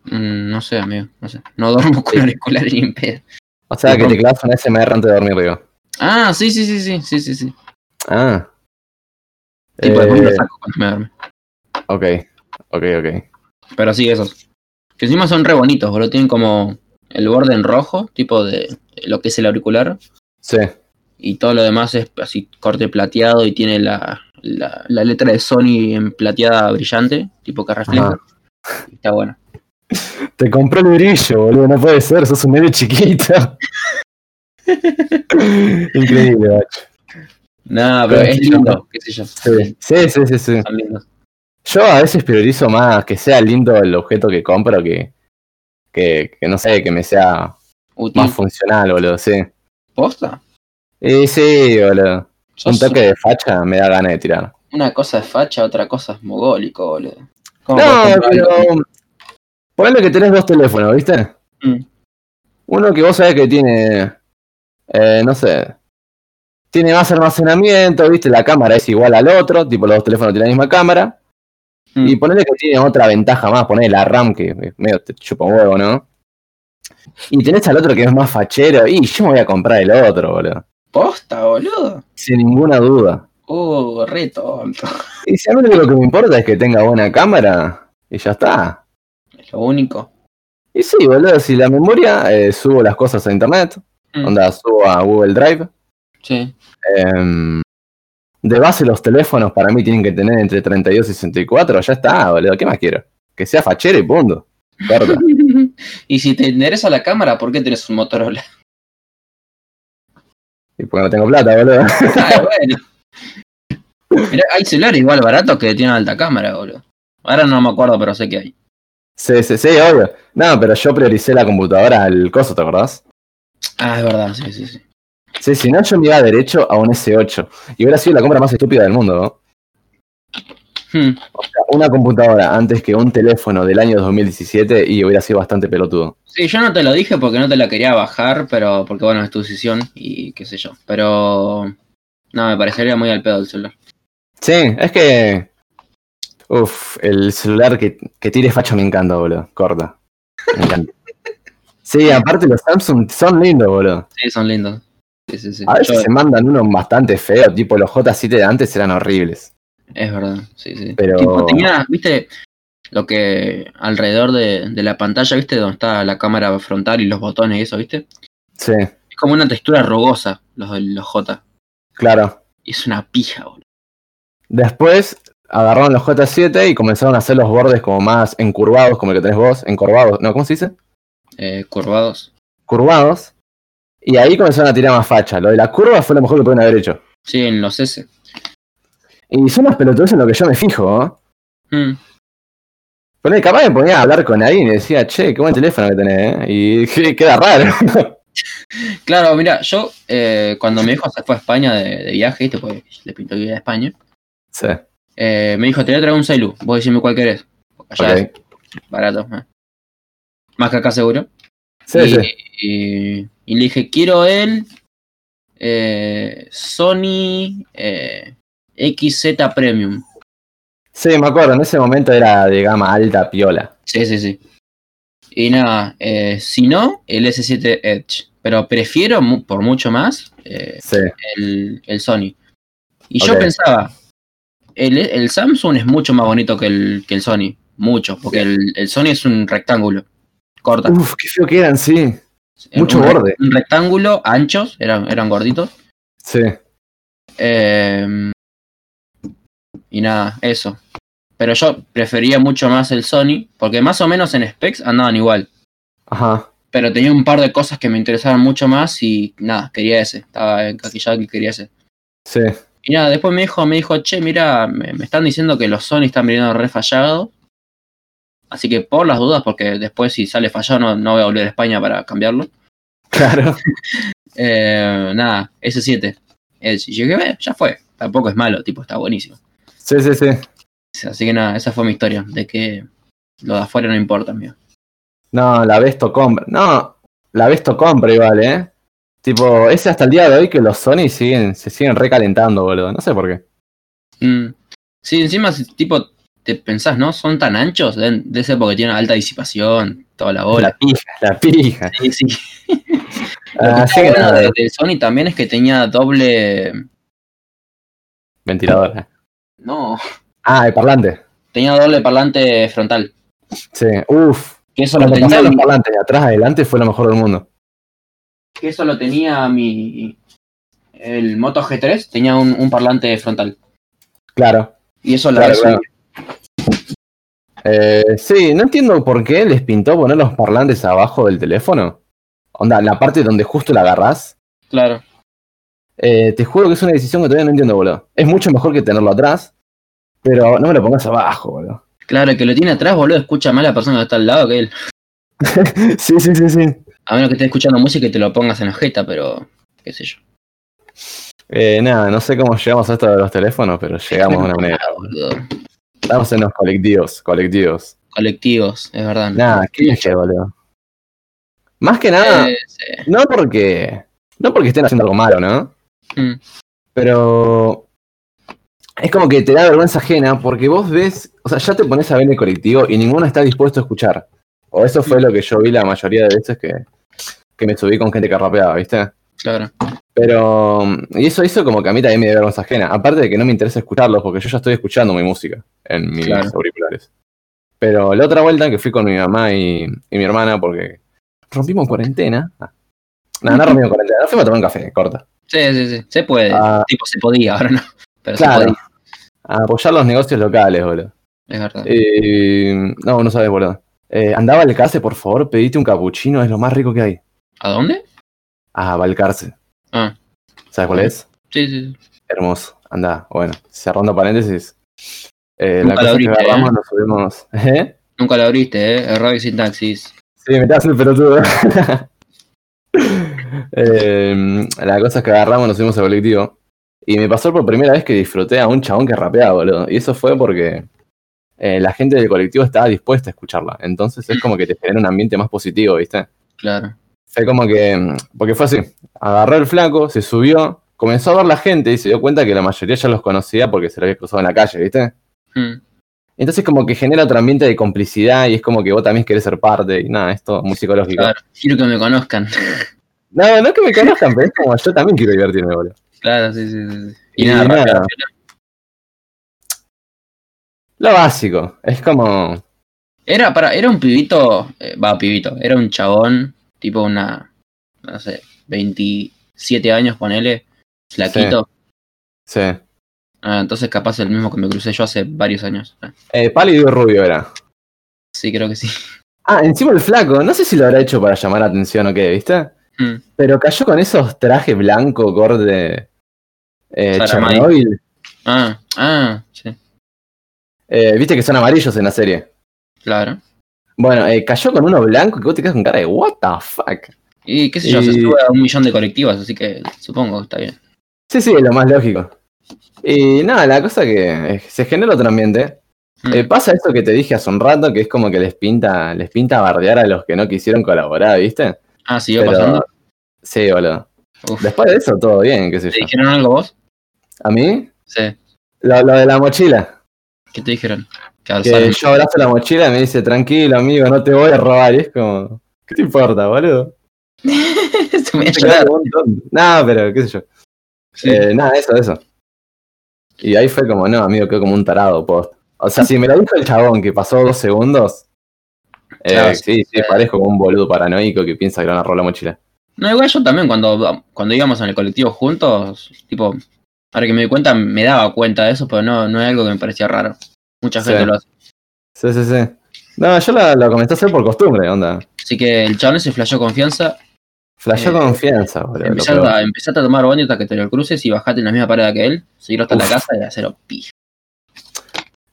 Mm, no sé, amigo, no sé. No duermo con auriculares ni en pedo. O sea, que Ujú. te clavas una SMR antes de dormir, digo. Ah, sí, sí, sí, sí, sí, sí, sí. Ah. Tipo, después me lo Eh, saco cuando me duerme. ok, ok, ok. Pero sí, esos. Que encima son re bonitos, boludo. Tienen como el borde en rojo, tipo de lo que es el auricular. Sí. Y todo lo demás es así corte plateado y tiene la, la, la letra de Sony en plateada brillante, tipo que refleja. Está bueno. Te compré el brillo, boludo, no puede ser, sos un medio chiquito. Increíble, bacho. No, pero Pero es sí, lindo, qué sé yo. Sí. sí, sí, sí, sí. Están lindos. Yo a veces priorizo más que sea lindo el objeto que compro que, que, que no sé, que me sea Útil. más funcional, boludo, sí. ¿Posta? Y sí, boludo. Un Sos toque de facha me da ganas de tirar. Una cosa es facha, otra cosa es mogólico, boludo. ¿Cómo podés No, comprar pero. algo? Ponle que tenés dos teléfonos, ¿viste? Mm. Uno que vos sabés que tiene. eh, no sé. Tiene más almacenamiento, ¿viste? La cámara es igual al otro, tipo los dos teléfonos tienen la misma cámara. Mm. Y ponele que tiene otra ventaja más, ponele la RAM que eh, medio te chupa un huevo, ¿no? Y tenés al otro que es más fachero, y yo me voy a comprar el otro, boludo. ¿Posta, boludo? Sin ninguna duda. Uh, re tonto. Y si a mí lo que me importa es que tenga buena cámara, y ya está. Es lo único. Y sí, boludo, si la memoria, eh, subo las cosas a internet, Mm. onda, subo a Google Drive. Sí. em, de base los teléfonos para mí tienen que tener entre 32 y 64, ya está, boludo, ¿qué más quiero? Que sea fachero y punto. Corta. y si te interesa la cámara, ¿por qué tenés un Motorola? y porque no tengo plata, boludo. Ah, bueno. Mirá, hay celulares igual baratos que tienen alta cámara, boludo. Ahora no me acuerdo, pero sé que hay. Sí, sí, sí, obvio. No, pero yo prioricé la computadora al coso, ¿te acordás? Ah, es verdad, sí, sí, sí. Sí, si no, yo me iba derecho a un S8. Y hubiera sido la compra más estúpida del mundo, ¿no? Hmm, O sea, una computadora antes que un teléfono del año 2017 y hubiera sido bastante pelotudo. Sí, yo no te lo dije porque no te la quería bajar, pero porque bueno, es tu decisión y qué sé yo. Pero no, me parecería muy al pedo el celular. Sí, es que. Uf, el celular que, que tire facho me encanta, boludo. Corta. Me encanta. Sí, aparte los Samsung son lindos, boludo. Sí, son lindos. Sí, sí, sí. A Yo- veces se mandan unos bastante feos, tipo los J7 de antes eran horribles. Es verdad, sí, sí. Pero- Tipo, tenía, viste, lo que alrededor de, de la pantalla, viste, donde está la cámara frontal y los botones y eso, viste. Sí, Es como una textura rugosa, los, del- los J. claro. Y es una pija, boludo. Después agarraron los J7 y comenzaron a hacer los bordes como más encurvados, como el que tenés vos, encorvados, ¿no? ¿Cómo se dice? Eh, curvados. Curvados. Y ahí comenzaron a tirar más facha. Lo de la curva fue lo mejor que pueden haber hecho. Sí, en los S. Y son las pelotudeces en lo que yo me fijo, ¿eh? ¿no? Mm, Pero capaz me ponía a hablar con alguien y decía, che, qué buen teléfono que tenés, ¿eh? Y je, queda raro. Claro, mira, yo eh, cuando mi hijo se fue a España de, de viaje, viste, porque le pintó que iba a España, sí, eh, me dijo, te voy a traer un celu, vos decime cuál querés. Porque allá ok. es barato. eh. Más que acá seguro. Sí, y, sí. y- y le dije, quiero el eh, Sony eh, XZ Premium. Sí, me acuerdo, en ese momento era de gama alta piola. Sí, sí, sí. Y nada, eh, si no, el S7 Edge. Pero prefiero mu- por mucho más eh, Sí, el, el Sony. Y yo Ok. pensaba, el, el Samsung es mucho más bonito que el, que el Sony. Mucho, porque el, el Sony es un rectángulo. Corta. Uf, qué feo que eran, sí. mucho Un re- borde. Un rectángulo, anchos, eran, eran gorditos. Sí. Eh, y nada, eso. Pero yo prefería mucho más el Sony, porque más o menos en specs andaban igual. Ajá. Pero tenía un par de cosas que me interesaban mucho más y nada, quería ese. Estaba encaquillado que quería ese. Sí. Y nada, después me dijo, me dijo, che, mira, me, me están diciendo que los Sony están viniendo re fallados. Así que por las dudas, porque después si sale fallado no, no voy a volver a España para cambiarlo. Claro. Eh, nada, S7. Edge. Y yo dije, "Eh, ya fue. Tampoco es malo, tipo, está buenísimo. Sí, sí, sí. Así que nada, esa fue mi historia, de que lo de afuera no importa, mío. No, la Besto compra. No, la Besto compra igual, ¿eh? Tipo, ese hasta el día de hoy que los Sony siguen, se siguen recalentando, boludo. No sé por qué. Mm. Sí, encima, si, tipo, te pensás, ¿no? Son tan anchos, de, de esa época tienen alta disipación, toda la bola. La pija, la pija. Sí, sí. Así que Bueno, nada, de, de Sony también es que tenía doble. ventiladora. No, eh. Ah, el parlante. tenía doble parlante frontal. Sí, uff. Que eso lo Cuando tenía, pasaron los mi- parlantes de atrás adelante fue lo mejor del mundo. que eso lo tenía mi. El Moto G3 tenía un, un parlante frontal. Claro. Y eso la Claro, resumía. Eh, sí, no entiendo por qué les pintó poner los parlantes abajo del teléfono. Onda, la parte donde justo la agarrás. Claro. Eh, te juro que es una decisión que todavía no entiendo, boludo. Es mucho mejor que tenerlo atrás, pero no me lo pongas abajo, boludo. Claro, el que lo tiene atrás, boludo, escucha más la persona que está al lado que él. Sí, sí, sí, sí. A menos que esté escuchando música y te lo pongas en la jeta, pero. qué sé yo. Eh, nada, no sé cómo llegamos a esto de los teléfonos, pero llegamos de una manera. Boludo. Estamos en los colectivos, colectivos. Colectivos, es verdad. Nada, qué dije, boludo. Más que nada, Eh, sí. no porque. No porque estén haciendo algo malo, ¿no? Mm. Pero. Es como que te da vergüenza ajena porque vos ves. O sea, ya te pones a ver el colectivo y ninguno está dispuesto a escuchar. O eso fue lo que yo vi la mayoría de veces que, que me subí con gente que rapeaba, ¿viste? Claro. Pero. Y eso hizo como que a mí también me dio vergüenza ajena. Aparte de que no me interesa escucharlos, porque yo ya estoy escuchando mi música en mis Claro. auriculares. Pero la otra vuelta que fui con mi mamá y, y mi hermana, porque rompimos cuarentena. Ah. No, no rompimos cuarentena, nos fuimos a tomar un café, corta. Sí, sí, sí. Se puede. Ah. Tipo, se podía, ahora no. Pero se Claro. podía. A apoyar los negocios locales, boludo. Es verdad. Y- no, no sabes, boludo. Eh, andaba al Case, por favor, pedite un capuchino, es lo más rico que hay. ¿A dónde? Ah, Valcarce. Ah. ¿Sabes cuál es? Sí, sí. sí. Hermoso. Anda, bueno, cerrando paréntesis. Eh, la Nunca cosa lo es que abriste, agarramos, nos subimos. ¿Eh? Nunca lo abriste, ¿eh? Error y sin taxis. Sí, me estás el pelotudo. Eh, la cosa es que agarramos, nos subimos al colectivo. Y me pasó por primera vez que disfruté a un chabón que rapeaba, boludo. Y eso fue porque eh, la gente del colectivo estaba dispuesta a escucharla. Entonces es como que te genera un ambiente más positivo, ¿viste? Claro. Fue como que. mm, Porque fue así. Agarró el flaco, se subió, comenzó a ver la gente y se dio cuenta que la mayoría ya los conocía porque se los había cruzado en la calle, ¿viste? Mm. Entonces como que genera otro ambiente de complicidad y es como que vos también querés ser parte y nada, esto muy psicológico. Claro. Quiero que me conozcan. No, no que me conozcan, pero es como yo también quiero divertirme, boludo. claro, sí, sí, sí. sí. Y, Y nada, nada. rápido. Lo básico, es como... Era, para, era un pibito. eh, Va, pibito. Era un chabón, tipo una. No sé, 27 años, ponele. Flaquito. Sí. Ah, entonces, capaz el mismo que me crucé yo hace varios años. Ah, Eh, pálido y rubio era. Sí, creo que sí. Ah, encima el flaco, no sé si lo habrá hecho para llamar la atención o qué, ¿viste? Mm. Pero cayó con esos trajes blanco, corte... Eh, Saramay. Chernobyl. Ah, ah, sí. Eh, Viste que son amarillos en la serie. Claro. Bueno, eh, cayó con uno blanco que vos te quedas con cara de what the fuck. Y qué sé yo, se Y- sube a un millón de colectivas, así que supongo que está bien. Sí, sí, lo más lógico. Y nada, la cosa que eh, se genera otro ambiente. Mm. Eh, pasa esto que te dije hace un rato, que es como que les pinta, les pinta bardear a los que no quisieron colaborar, ¿viste? ah, siguió pero- pasando. Sí, boludo. Uf. Después de eso, todo bien, qué sé ¿Te yo. dijeron algo vos? A mí, Sí. lo, lo de la mochila. ¿Qué te dijeron? Que Que alzaron. yo abrazo la mochila y me dice, tranquilo, amigo, no te voy a robar. Y es como, ¿qué te importa, boludo? Se me Te hizo llorar. quedas como un tonto. No, pero qué sé yo. Sí. Eh, nada, eso, eso. Y ahí fue como, no, amigo, quedó como un tarado, post. O sea, si me lo dijo el chabón que pasó dos segundos. eh, Claro, sí, sí, eh. parezco como un boludo paranoico que piensa que le van a robar la mochila. No, igual yo también, cuando, cuando íbamos en el colectivo juntos, tipo, ahora que me di cuenta, me daba cuenta de eso, pero no, no es algo que me parecía raro. Mucha Sí. gente lo hace. Sí, sí, sí. No, yo lo, lo comencé a hacer por costumbre, onda. Así que el chabón se flashó confianza. Flashó Eh, confianza, boludo. lo Empezaste probé. a, empezate a tomar baño hasta que te lo cruces y bajate en la misma parada que él, seguirlo hasta la Uf. casa y hacerlo pija.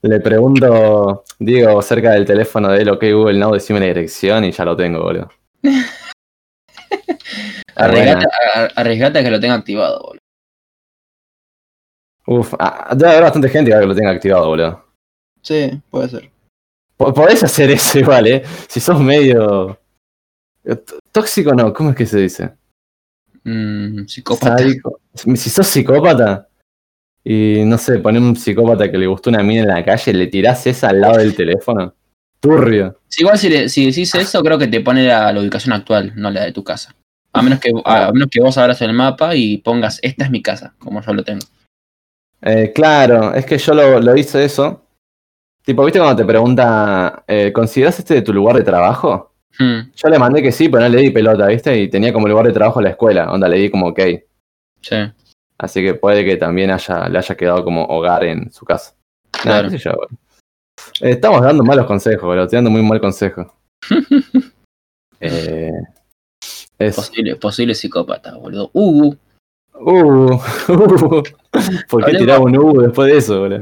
Le pregunto, digo, cerca del teléfono de él, ok, Google Now, decime la dirección y ya lo tengo, boludo. Ah, Arriesgate, a- arriesgate a que lo tenga activado, boludo. Uf, ah, debe haber bastante gente igual que lo tenga activado, boludo. Sí, puede ser. Po- Podés hacer eso igual, ¿eh? Si sos medio... eh, t- Tóxico no, ¿cómo es que se dice? Mm, psicópata. Sádico. Si sos psicópata y no sé, poner un psicópata que le gustó una mina en la calle, le tirás esa al lado del teléfono. Turbio. Sí, igual si, le- si decís eso, creo que te pone la, la ubicación actual, no la de tu casa. A menos que a, a menos que vos abras el mapa y pongas esta es mi casa, como yo lo tengo. Eh, claro, es que yo lo, lo hice eso. Tipo, ¿viste cuando te pregunta, eh, ¿consideras este de tu lugar de trabajo? Mm, Yo le mandé que sí, pero no le di pelota, ¿viste? Y tenía como lugar de trabajo la escuela, onda, le di como ok. sí. Así que puede que también haya, le haya quedado como hogar en su casa. Nada, Claro. qué sé yo, boludo. Eh, Estamos dando malos consejos, boludo. Estoy dando muy mal consejo. Eh, es. Posible, posible psicópata, boludo. Uh, Uh, uh, ¿Por qué Hablemos- tiraba un uh después de eso, boludo?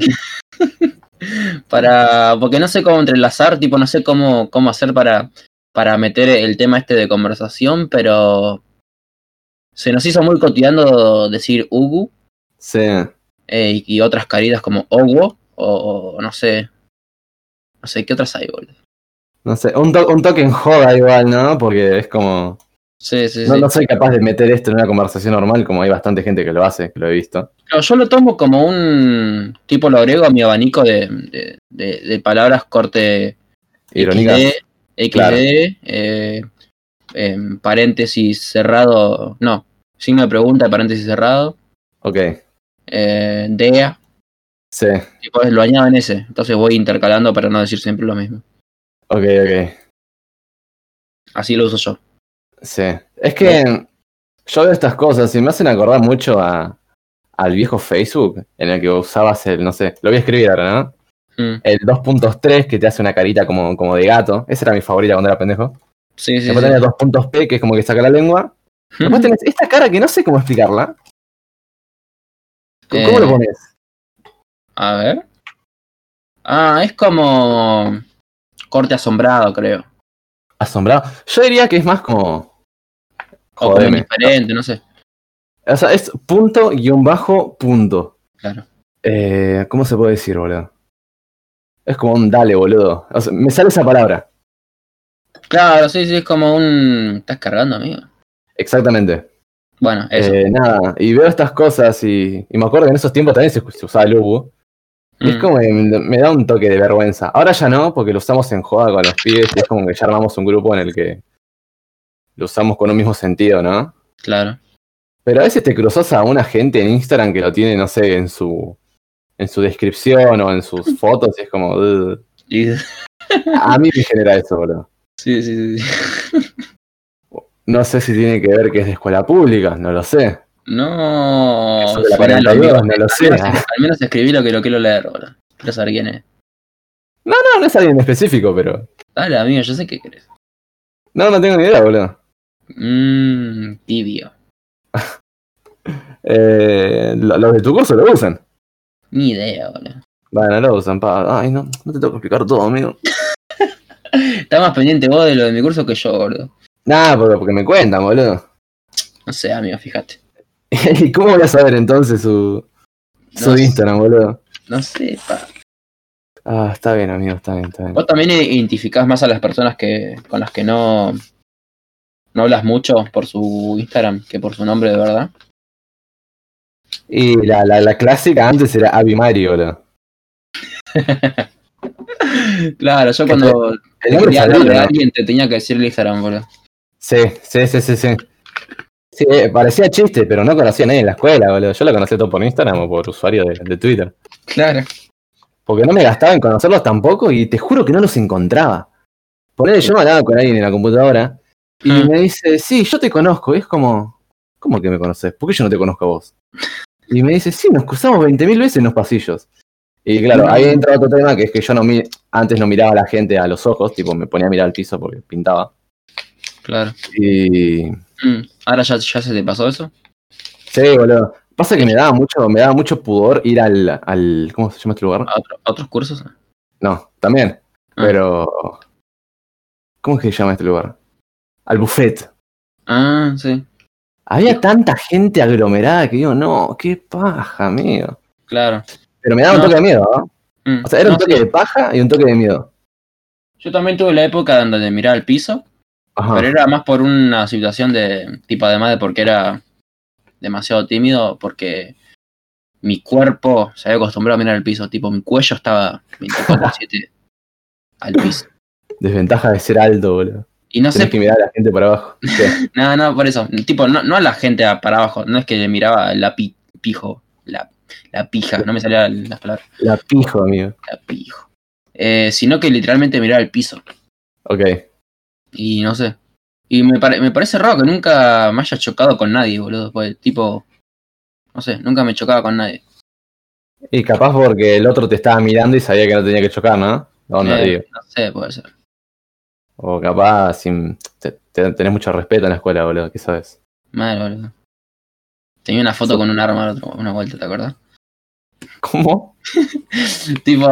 para. Porque no sé cómo entrelazar, tipo, no sé cómo, cómo hacer para, para meter el tema este de conversación, pero. Se nos hizo muy cotidiano decir Ugu Sí. eh, y, y otras caridas como Owo o, o no sé. No sé qué otras hay, boludo. No sé. Un, to- un toque en joda igual, ¿no? Porque es como. Sí, sí, No, sí. no soy capaz de meter esto en una conversación normal, como hay bastante gente que lo hace, que lo he visto. Claro, yo lo tomo como un. Tipo, lo agrego a mi abanico de, de- de- de palabras corte. Irónica. XD, XD, Claro. eh, em, paréntesis cerrado. No, signo de pregunta, paréntesis cerrado. Ok. eh, DEA. Sí. Tipo, lo añado en ese. Entonces voy intercalando para no decir siempre lo mismo. Ok, ok. Así lo uso yo. Sí. Es que yo veo estas cosas y me hacen acordar mucho a, al viejo Facebook, en el que usabas el, no sé, lo voy a escribir ahora, ¿no? Mm, El 2.3 que te hace una carita como, como de gato. Esa era mi favorita cuando era pendejo. Sí, sí, Después sí. tenés 2.p, que es como que saca la lengua. Después tenés esta cara que no sé cómo explicarla. ¿Cómo, cómo Eh, lo pones? A ver. Ah, es como. Corte asombrado, creo. Asombrado. Yo diría que es más como. O como Jodeme. indiferente, no sé. O sea, es punto guión bajo punto. Claro. Eh, ¿Cómo se puede decir, boludo? Es como un dale, boludo. O sea, me sale esa palabra. Claro, sí, sí, es como un. Estás cargando, amigo. Exactamente. Bueno, eso. Eh, nada, y veo estas cosas y, y me acuerdo que en esos tiempos también se, se usaba el ubu. Y es Mm. como que me, me da un toque de vergüenza. Ahora ya no, porque lo usamos en joda con los pibes y es como que ya armamos un grupo en el que lo usamos con un mismo sentido, ¿no? Claro. Pero a veces te cruzas a una gente en Instagram que lo tiene, no sé, en su, en su descripción o en sus fotos y es como... "Ugh". Y- A mí me genera eso, boludo. Sí, sí, sí, sí. No sé si tiene que ver que es de escuela pública, no lo sé. No. Eso de la suena 42, lo mismo. no Ah. lo Al sé. menos- Al menos escribí lo que lo quiero leer, boludo. Quiero saber quién es. No, no es alguien en específico, pero. Dale, amigo, yo sé qué querés. No, no tengo ni idea, boludo. Mmm, tibio. Eh, lo- los de tu curso lo usan. Ni idea, boludo. Bueno, lo usan, pa. Ay, no, no te tengo que explicar todo, amigo. Estás más pendiente vos de lo de mi curso que yo, boludo. Nada, porque, porque me cuentan, boludo. No sé, amigo, fíjate. ¿Y cómo voy a saber entonces su, su No sé. Instagram, boludo? No sé, pa. Ah, está bien, amigo, está bien, está bien. Vos también identificás más a las personas que con las que no. No hablas mucho por su Instagram que por su nombre de verdad. Y la, la, la clásica antes era Abimari, boludo. Claro, yo Que cuando El nombre quería es hablar de Abimari, ¿no? alguien te tenía que decir el Instagram, boludo. Sí, sí, sí, sí, sí. Sí, eh, parecía chiste, pero no conocía a nadie en la escuela, boludo. Yo lo conocía todo por Instagram o por usuario de, de Twitter. Claro. Porque no me gastaba en conocerlos tampoco y te juro que no los encontraba. Ponele, yo me hablaba con alguien en la computadora y Mm. me dice, sí, yo te conozco. Y es como, ¿cómo que me conoces? ¿Por qué yo no te conozco a vos? Y me dice, sí, nos cruzamos 20.000 veces en los pasillos. Y claro, ahí entra otro tema que es que yo no mi- antes no miraba a la gente a los ojos, tipo me ponía a mirar al piso porque pintaba. Claro. Y Mm, Ahora ya, ya se te pasó eso. Sí, boludo. Pasa que me daba mucho, me daba mucho pudor ir al, al. ¿Cómo se llama este lugar? ¿A, otro- a otros cursos? No, también. Ah. Pero. ¿Cómo es que se llama este lugar? Al buffet. Ah, sí. Había tanta gente aglomerada que digo, no, qué paja, amigo. Claro. Pero me daba un No. toque de miedo, ¿no? Mm, O sea, era un no, toque sí, de paja y un toque de miedo. Yo también tuve la época en donde miraba al piso, Ajá. pero era más por una situación de tipo, además de porque era demasiado tímido, porque mi cuerpo se había acostumbrado a mirar al piso, tipo, mi cuello estaba 24/7 al piso. Desventaja de ser alto, boludo. Y no Tienes sé, que mirar a la gente para abajo. Sí. no, no, por eso, tipo, no, no a la gente para abajo, no es que le miraba la pi- pijo, la, la pija, no me salían las palabras, La pijo, amigo. la pijo, Eh, sino que literalmente miraba al piso. Ok. Y no sé. Y me, pare- me parece raro que nunca me haya chocado con nadie, boludo. Pues, tipo. No sé, nunca me chocaba con nadie. Y capaz porque el otro te estaba mirando y sabía que no tenía que chocar, ¿no? No, no, Eh, digo. no sé, puede ser. O capaz sin, te- te- tenés mucho respeto en la escuela, boludo, ¿qué sabes? Mal, boludo. Tenía una foto Sí. con un arma la otra- una vuelta, ¿te acuerdas? ¿Cómo? tipo,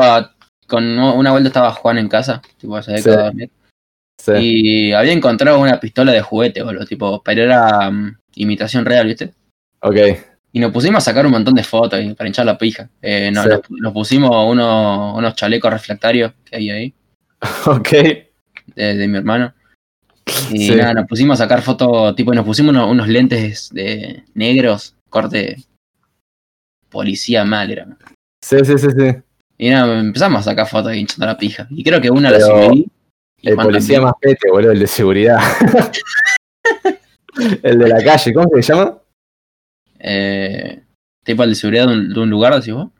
con una vuelta estaba Juan en casa. Tipo, se había Sí. quedado a dormir. Sí. Y había encontrado una pistola de juguete, boludo. Tipo, pero era mm, imitación real, ¿viste? Ok. Y nos pusimos a sacar un montón de fotos y para hinchar la pija. Eh, no, Sí. nos, nos pusimos unos, unos chalecos reflectarios que hay ahí. Ok. de, de mi hermano. Y Sí. nada, nos pusimos a sacar fotos, tipo, nos pusimos uno- unos, lentes de negros, corte policía mal era. Sí, sí, sí, sí. Y nada, empezamos a sacar fotos y hinchando la pija. Y creo que una la Pero subí. y El Juan policía también. más pete, boludo, el de seguridad. el de la calle, ¿cómo se llama? Eh, tipo el de seguridad de un, de un lugar, decís vos.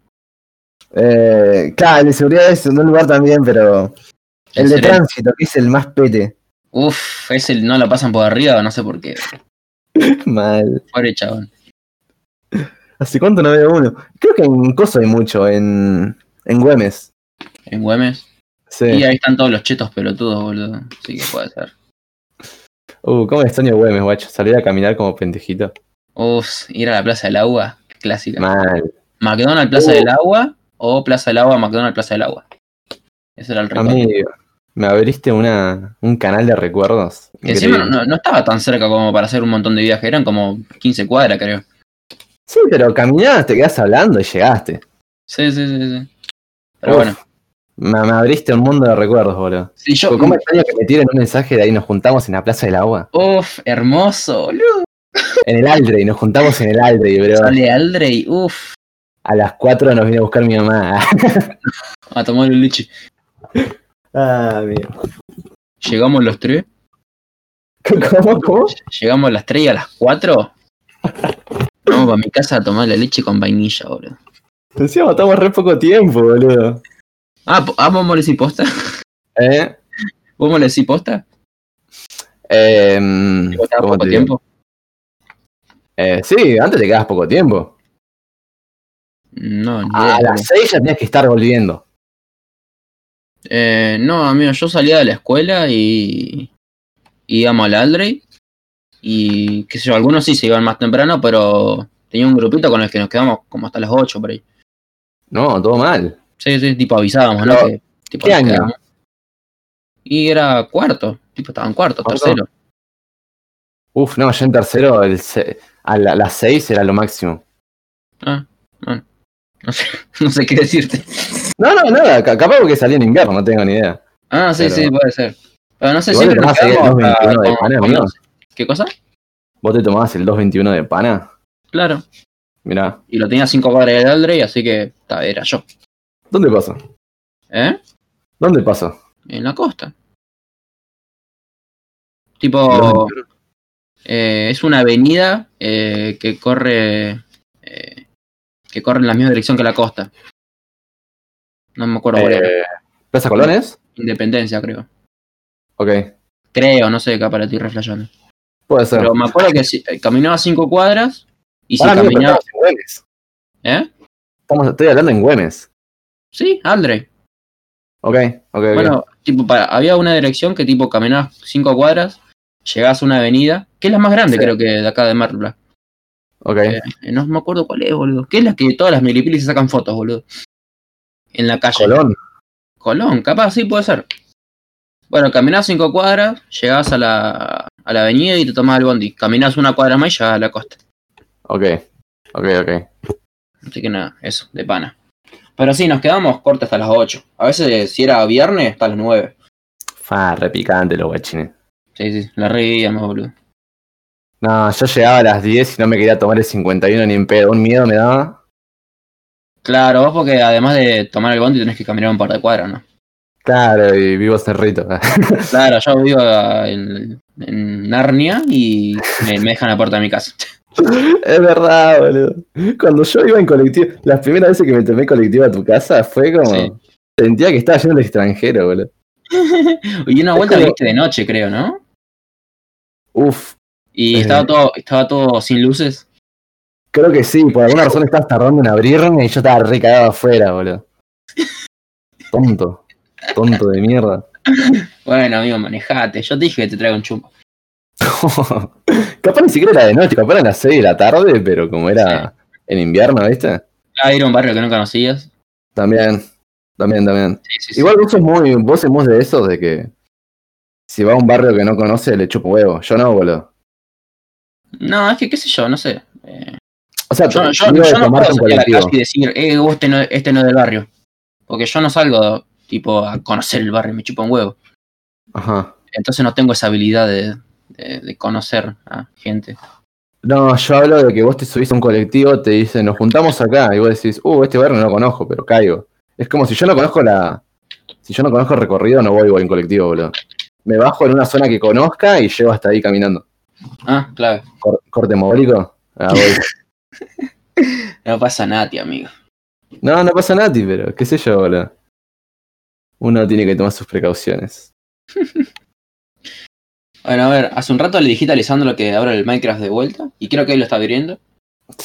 Eh, claro, el de seguridad es un lugar también, pero. El de Sereno. tránsito, que es el más pete. Uf, ese no lo pasan por arriba, no sé por qué. Mal. Pobre chabón. ¿Hace cuánto no veo uno? Creo que en Coso hay mucho, en. En Güemes. En Güemes. Sí. Y ahí están todos los chetos pelotudos, boludo. Así que puede ser. Uh, cómo extraño Güemes, guacho. Salir a caminar como pendejito. Uf, ir a la Plaza del Agua. Clásica. Mal. McDonald's Plaza Uh. del Agua o Plaza del Agua, McDonald's Plaza del Agua. Ese era el A recuerdo. mí me abriste una, un canal de recuerdos. Que encima Increíble. no, no estaba tan cerca como para hacer un montón de viajes, eran como 15 cuadras, creo. Sí, pero caminás, te quedás hablando y llegaste. Sí, sí, sí, sí. Pero Uf. bueno, Me, me abriste un mundo de recuerdos, boludo. sí, yo. ¿Cómo extraño que me tiren un mensaje de ahí nos juntamos en la Plaza del Agua? Uf, hermoso, boludo. En el Aldrey, nos juntamos en el Aldrey, bro. Sale Aldrey, uf, A las 4 nos viene a buscar mi mamá. a tomar el leche. Ah, bien. Llegamos los tres, ¿Cómo? ¿Cómo? llegamos a las tres y a las cuatro. Vamos para mi casa a tomar la leche con vainilla, boludo. Encima estamos re poco tiempo, boludo. Ah, po- ah, vamos a decir posta. ¿Eh? Vamos a decir posta. Eh, Estaba ¿cómo poco te digo? tiempo. Eh, sí, antes te quedabas poco tiempo. No, ni idea. A las 6 ya tenías que estar volviendo. Eh, no, amigo, yo salía de la escuela y y íbamos al Aldrey. Y qué sé yo, algunos sí se iban más temprano, pero tenía un grupito con el que nos quedamos como hasta las 8 por ahí. No, todo mal. Sí, sí, tipo avisábamos, ¿no? Pero, Que, tipo, ¿qué nos año? quedamos. Y era cuarto, tipo estaban cuarto, Cuarto. tercero. Uf, no, yo en tercero el se- a la- las 6 era lo máximo. No sé, no sé qué decirte. No, no, nada, ca- capaz porque salí en invierno, no tengo ni idea. Ah, sí, Pero- sí, puede ser. Pero no sé, Igual siempre te nos vas a ir quedamos. el hasta 2.21 de como- Panamá, como ¿no? las- ¿Qué cosa? ¿Vos te tomabas el 2.21 de pana? Claro. Mirá, Y lo tenía cinco cuadras del Aldrey, así que ta, era yo. ¿dónde pasa? ¿Eh? ¿Dónde pasa? En la costa. Tipo, eh, es una avenida eh, que corre eh, que corre en la misma dirección que la costa. No me acuerdo cuál era. Eh, ¿Plaza Colones? Independencia, creo. Ok, Creo, no sé, acá para ti reflejando. puede ser. Pero me acuerdo que si, eh, caminaba cinco cuadras y si Pará, amigo, pero caminaba... estamos en Güemes. ¿Eh? Estamos- estoy hablando en Güemes. Sí, Aldrey. Ok, ok, ok. Bueno, tipo, para- había una dirección que tipo caminabas cinco cuadras, llegabas a una avenida, que es la más grande Sí. creo que de acá de Mar del Plata. ok. Eh, No me acuerdo cuál es, boludo. ¿Qué es la que todas las milipilis se sacan fotos, boludo? En la calle. Colón. Colón, capaz, sí puede ser. Bueno, caminás cinco cuadras, llegás a la, a la avenida y te tomás el bondi. Caminás una cuadra más y llegás a la costa. Ok, ok, ok. Así que nada, eso, de pana. Pero sí, nos quedamos cortos hasta las 8. A veces, si era viernes, hasta las 9. Fa, repicante los guachines. Sí, sí, la reía más, boludo. No, yo llegaba a las 10 y no me quería tomar el 51 ni en pedo. Un miedo me daba. Claro, vos porque además de tomar el bondi tenés que caminar un par de cuadras, ¿no? Claro, y vivo cerrito. Claro, yo vivo ah, en, en Narnia y me, me dejan la puerta de mi casa. Es verdad, boludo. Cuando yo iba en colectivo, las primeras veces que me tomé colectivo a tu casa fue como. Sí. Sentía que estaba yendo al extranjero, boludo. Y una Es vuelta como- viste de noche, creo, ¿no? Uf, Y Eh. estaba todo, estaba todo sin luces. creo que sí, por alguna razón estabas tardando en abrirme y yo estaba re cagado afuera, boludo. Tonto. Tonto de mierda. Bueno, amigo, manejate. Yo te dije que te traigo un chumbo. capaz ni siquiera era de noche, capaz eran las 6 de la tarde, pero como era en invierno, ¿viste? Ah, ir a un barrio que no conocías. También, también, también. Sí, sí, sí. Igual vos sos muy, vos sos muy de esos de que si va a un barrio que no conoce le chupo huevo. Yo no, boludo. No, es que qué sé yo, no sé. Eh, O sea, yo, yo- digo de yo no puedo tomarte un salir a la colectivo. calle y decir, eh, vos este no, este no es del barrio. Porque yo no salgo, tipo, a conocer el barrio, me chupa un huevo. Ajá. Entonces no tengo esa habilidad de, de- de conocer a gente. No, yo hablo de que vos te subís a un colectivo, te dicen, nos juntamos acá, y vos decís, uh, este barrio no lo conozco, pero caigo. Es como si yo no conozco la. Si yo no conozco el recorrido, no voy, voy en colectivo, boludo. Me bajo en una zona que conozca y llego hasta ahí caminando. Ah, claro. Cor- corte mogólico. Ah, voy. No pasa nada, tío, amigo. No, no pasa nada, ti, pero qué sé yo, boludo. Uno tiene que tomar sus precauciones. Bueno, a ver, hace un rato le dijiste a Lisandro que abra el Minecraft de vuelta. Y creo que él lo está abriendo.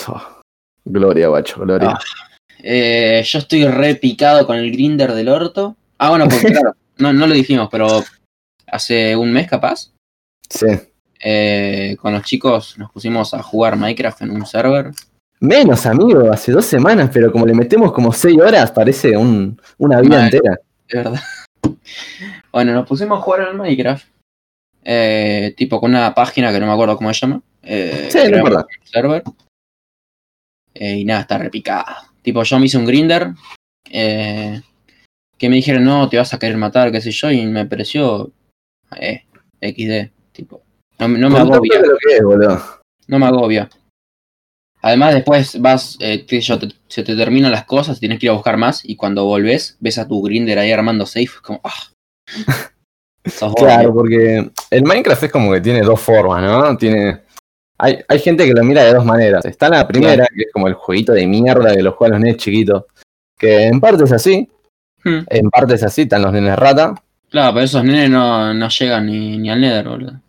Oh, gloria, guacho, gloria. Ah. Eh, yo estoy re picado con el grinder del orto. Ah, bueno, porque claro, no, no lo dijimos, pero hace un mes capaz, Sí. eh, con los chicos nos pusimos a jugar Minecraft en un server. Menos, amigo, hace dos semanas, pero como le metemos como seis horas, parece un, una vida Mal. entera. De verdad. Bueno, nos pusimos a jugar al Minecraft. eh, tipo con una página que no me acuerdo cómo se llama. eh, Sí, no creamos importa. un server. eh, y nada, está repicado. Tipo, yo me hice un grinder. eh, que me dijeron, no, te vas a querer matar, qué sé yo. Y me pareció. eh, XD. Tipo, no, no me Contame agobia. de lo que es, boludo. No me agobia. Además, después vas, eh, qué sé yo, te- se te terminan las cosas, tienes que ir a buscar más. Y cuando volvés, ves a tu grinder ahí armando safe. Como, ah. Sos vos, Claro, porque el Minecraft es como que tiene dos formas, ¿no? Tiene. Hay, hay gente que lo mira de dos maneras. Está la primera, Claro. que es como el jueguito de mierda que lo juegan los nenes chiquitos. Que en parte es así, Hmm. en parte es así, están los nenes rata. Claro, pero esos nenes no, no llegan ni, ni al Nether, boludo.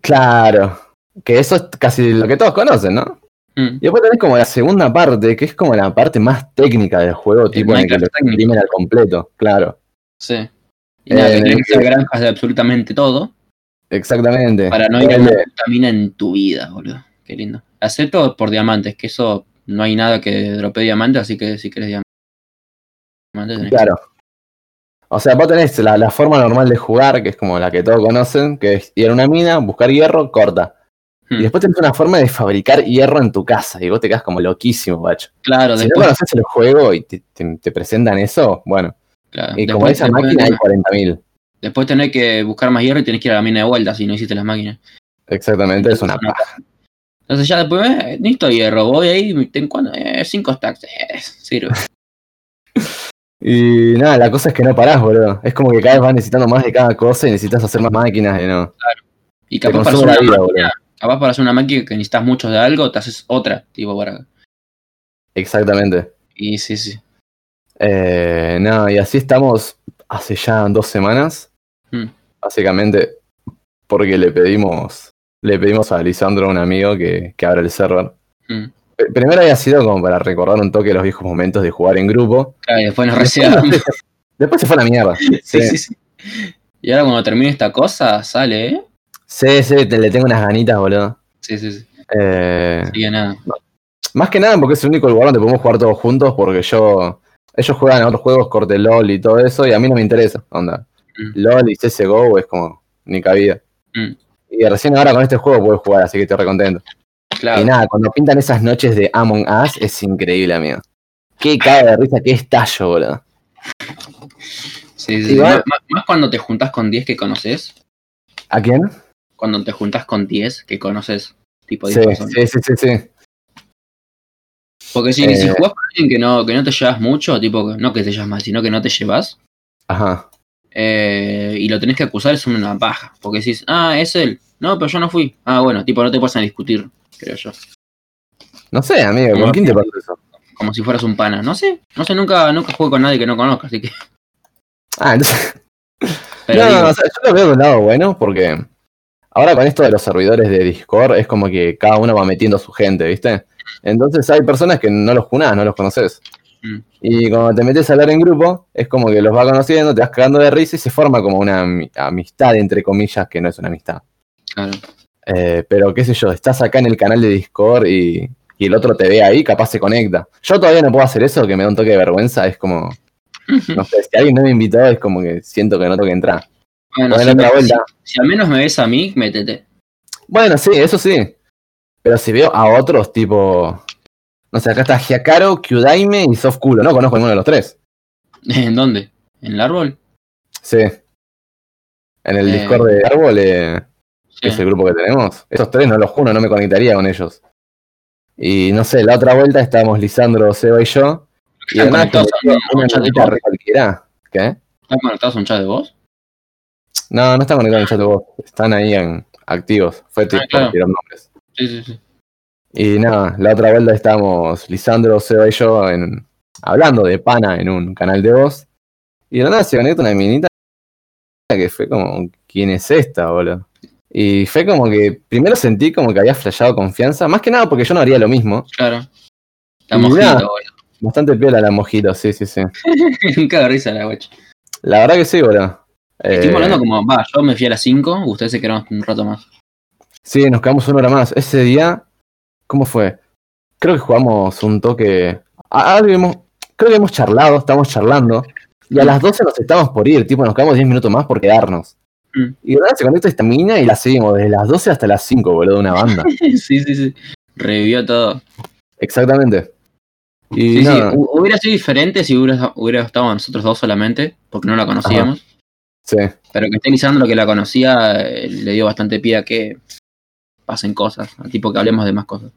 Claro. Que eso es casi lo que todos conocen, ¿no? Mm. Y después tenés como la segunda parte, que es como la parte más técnica del juego, tipo en el que Minecraft lo técnico. exprimen al completo. Claro, Sí. Y nada, que Eh, tenés que hacer granjas de absolutamente todo exactamente. para no ir a una Ponele- puta mina en tu vida, boludo. Qué lindo. Hacé todo por diamantes, que eso no hay nada que drope diamantes, así que si querés diamantes. tenés que- Claro. O sea, vos tenés la, la forma normal de jugar, que es como la que todos conocen, que es ir a una mina, buscar hierro, corta. Hmm. Y después tenés una forma de fabricar hierro en tu casa, y vos te quedas como loquísimo, bacho. Claro, Si no después. conoces el juego y te, te- te presentan eso, bueno. claro, Y como después- esa después- máquina hay 40.000. Después tenés que buscar más hierro y tenés que ir a la mina de vuelta si no hiciste las máquinas. Exactamente, es una Una paja. Entonces ya después, eh, listo hierro, voy ahí, me- ten cuando, eh, cinco stacks, eh, sirve. Y nada, la cosa es que no parás, boludo. Es como que cada vez vas necesitando más de cada cosa y necesitas hacer más máquinas y no. Y Te capaz para, consume hacer la una, vida, máquina- boludo. capaz para hacer una máquina que necesitas mucho de algo, te haces otra, tipo para... Exactamente. Y sí, sí. Eh, no, y así estamos hace ya dos semanas. Mm. Básicamente porque le pedimos, le pedimos a Lisandro, un amigo, que, que abra el server. Mm. P- Primero había sido como para recordar un toque los viejos momentos de jugar en grupo. Claro, y después nos reseamos. Después se fue a la mierda. Sí, sí, sí, sí. Y ahora cuando termine esta cosa, sale, ¿eh? sí, sí, te- le tengo unas ganitas, boludo. Sí, sí, sí. Eh, Así que nada. Más que nada porque es el único lugar donde podemos jugar todos juntos porque yo... Ellos juegan a otros juegos, corte LOL y todo eso, y a mí no me interesa, onda. Mm. LOL y CSGO es como ni cabida. Mm. Y recién ahora con este juego puedo jugar, así que estoy recontento. Y Claro. nada, cuando pintan esas noches de Among Us es increíble, amigo. Qué caga de risa, qué estallo, boludo. Sí, sí, sí. Igual- Más, más- más cuando te juntas con 10 que conoces. ¿A quién? Cuando te juntas con 10 que conoces. Tipo 10 Sí, personas. sí, sí, sí, sí. Porque si, Eh. si jugás con alguien que no, que no te llevas mucho, tipo, no que te llevas mal, sino que no te llevas, Ajá. eh, y lo tenés que acusar, es una paja. Porque decís, ah, es él. No, pero yo no fui. Ah, bueno, tipo, no te pasan a discutir, creo yo. No sé, amigo, ¿con Bueno. quién te pasó eso? Como si fueras un pana. No sé, no sé, nunca, nunca jugué con nadie que no conozca, así que. Ah, entonces. Pero no, digo, o sea, yo lo veo de un lado bueno porque ahora con esto de los servidores de Discord es como que cada uno va metiendo a su gente, ¿viste? Entonces hay personas que no los junás, no los conoces. Mm. Y cuando te metes a hablar en grupo, es como que los vas conociendo, te vas cagando de risa y se forma como una ami- amistad, entre comillas, que no es una amistad. claro. Eh, pero qué sé yo, estás acá en el canal de Discord y, y el otro te ve ahí, capaz se conecta. Yo todavía no puedo hacer eso, que me da un toque de vergüenza, es como, no sé, si alguien no me invitó, es como que siento que no tengo que entrar. Bueno, Ponele si, otra me- vuelta. si- si al menos me ves a mí, métete. Bueno, sí, eso sí. Pero si veo a otros, tipo. No sé, acá está Giacaro, Kyudaime y Soft Culo. No conozco ninguno de los tres. ¿En dónde? ¿En el árbol? Sí. En el Eh. Discord de Árbol, eh, que Sí. es el grupo que tenemos. Esos tres no los juro, no me conectaría con ellos. Y no sé, la otra vuelta estábamos Lisandro, Seba y yo. Y ¿Están además, conectados a un- a una un chat de chatita voz? re cualquiera. ¿Qué? ¿Están conectados a un chat de voz? No, no están conectados en el chat de voz. Están ahí en activos. Fue Twitch, Ah, claro. tiraron nombres. Sí, sí, sí. Y nada, la otra vuelta estábamos Lisandro, Seba y yo en- hablando de pana en un canal de voz. Y de la nada se conecta una minita que fue como, ¿quién es esta, boludo? Y fue como que, primero sentí como que había flashado confianza, más que nada porque yo no haría lo mismo. Claro. La Y mojita, nada. boludo. Bastante piola la mojito, sí, sí, sí. Cago de risa la guacha. Eh. La verdad que sí, boludo. Eh, Estuvimos hablando como, va, yo me fui a las 5, ustedes se quedaron un rato más. Sí, nos quedamos una hora más. Ese día, ¿cómo fue? Creo que jugamos un toque. a- algo hemos- creo que hemos charlado, estamos charlando. Y a las 12 nos estábamos por ir, tipo, nos quedamos 10 minutos más por quedarnos. Mm. Y de verdad se conecta esta mina y la seguimos desde las 12 hasta las 5, boludo, una banda. sí, sí, sí. Revivió todo. Exactamente. Y Sí, sí. nada, hu- Hubiera sido diferente si hubiera, hubiera estado nosotros dos solamente, porque no la conocíamos. sí, Pero que esté Lisandro, que la conocía, eh, le dio bastante pie a que pasen cosas, a tipo que hablemos de más cosas.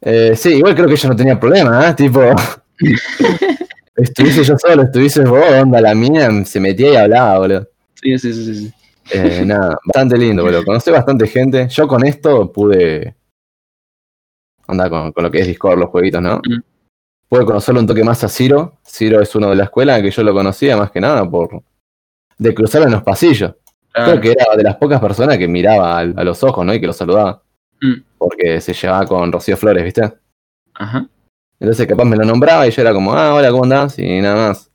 Eh, sí, igual creo que ella no tenía problema, ¿eh? Tipo. estuviese yo solo, estuviese vos, onda, la mina se metía y hablaba, boludo. Sí, sí, sí, sí. sí. Eh, nada, bastante lindo, boludo. Conocí bastante gente. Yo con esto pude. Andar con, con lo que es Discord, los jueguitos, ¿no? Mm. Pude conocerlo un toque más a Ciro. Ciro es uno de la escuela que yo lo conocía más que nada por. De cruzar en los pasillos. Creo Claro. que era de las pocas personas que miraba al- a, los ojos, ¿no? Y que lo saludaba. Mm. Porque se llevaba con Rocío Flores, ¿viste? Ajá. Entonces capaz me lo nombraba y yo era como, ah, hola, ¿cómo andás? Y nada más.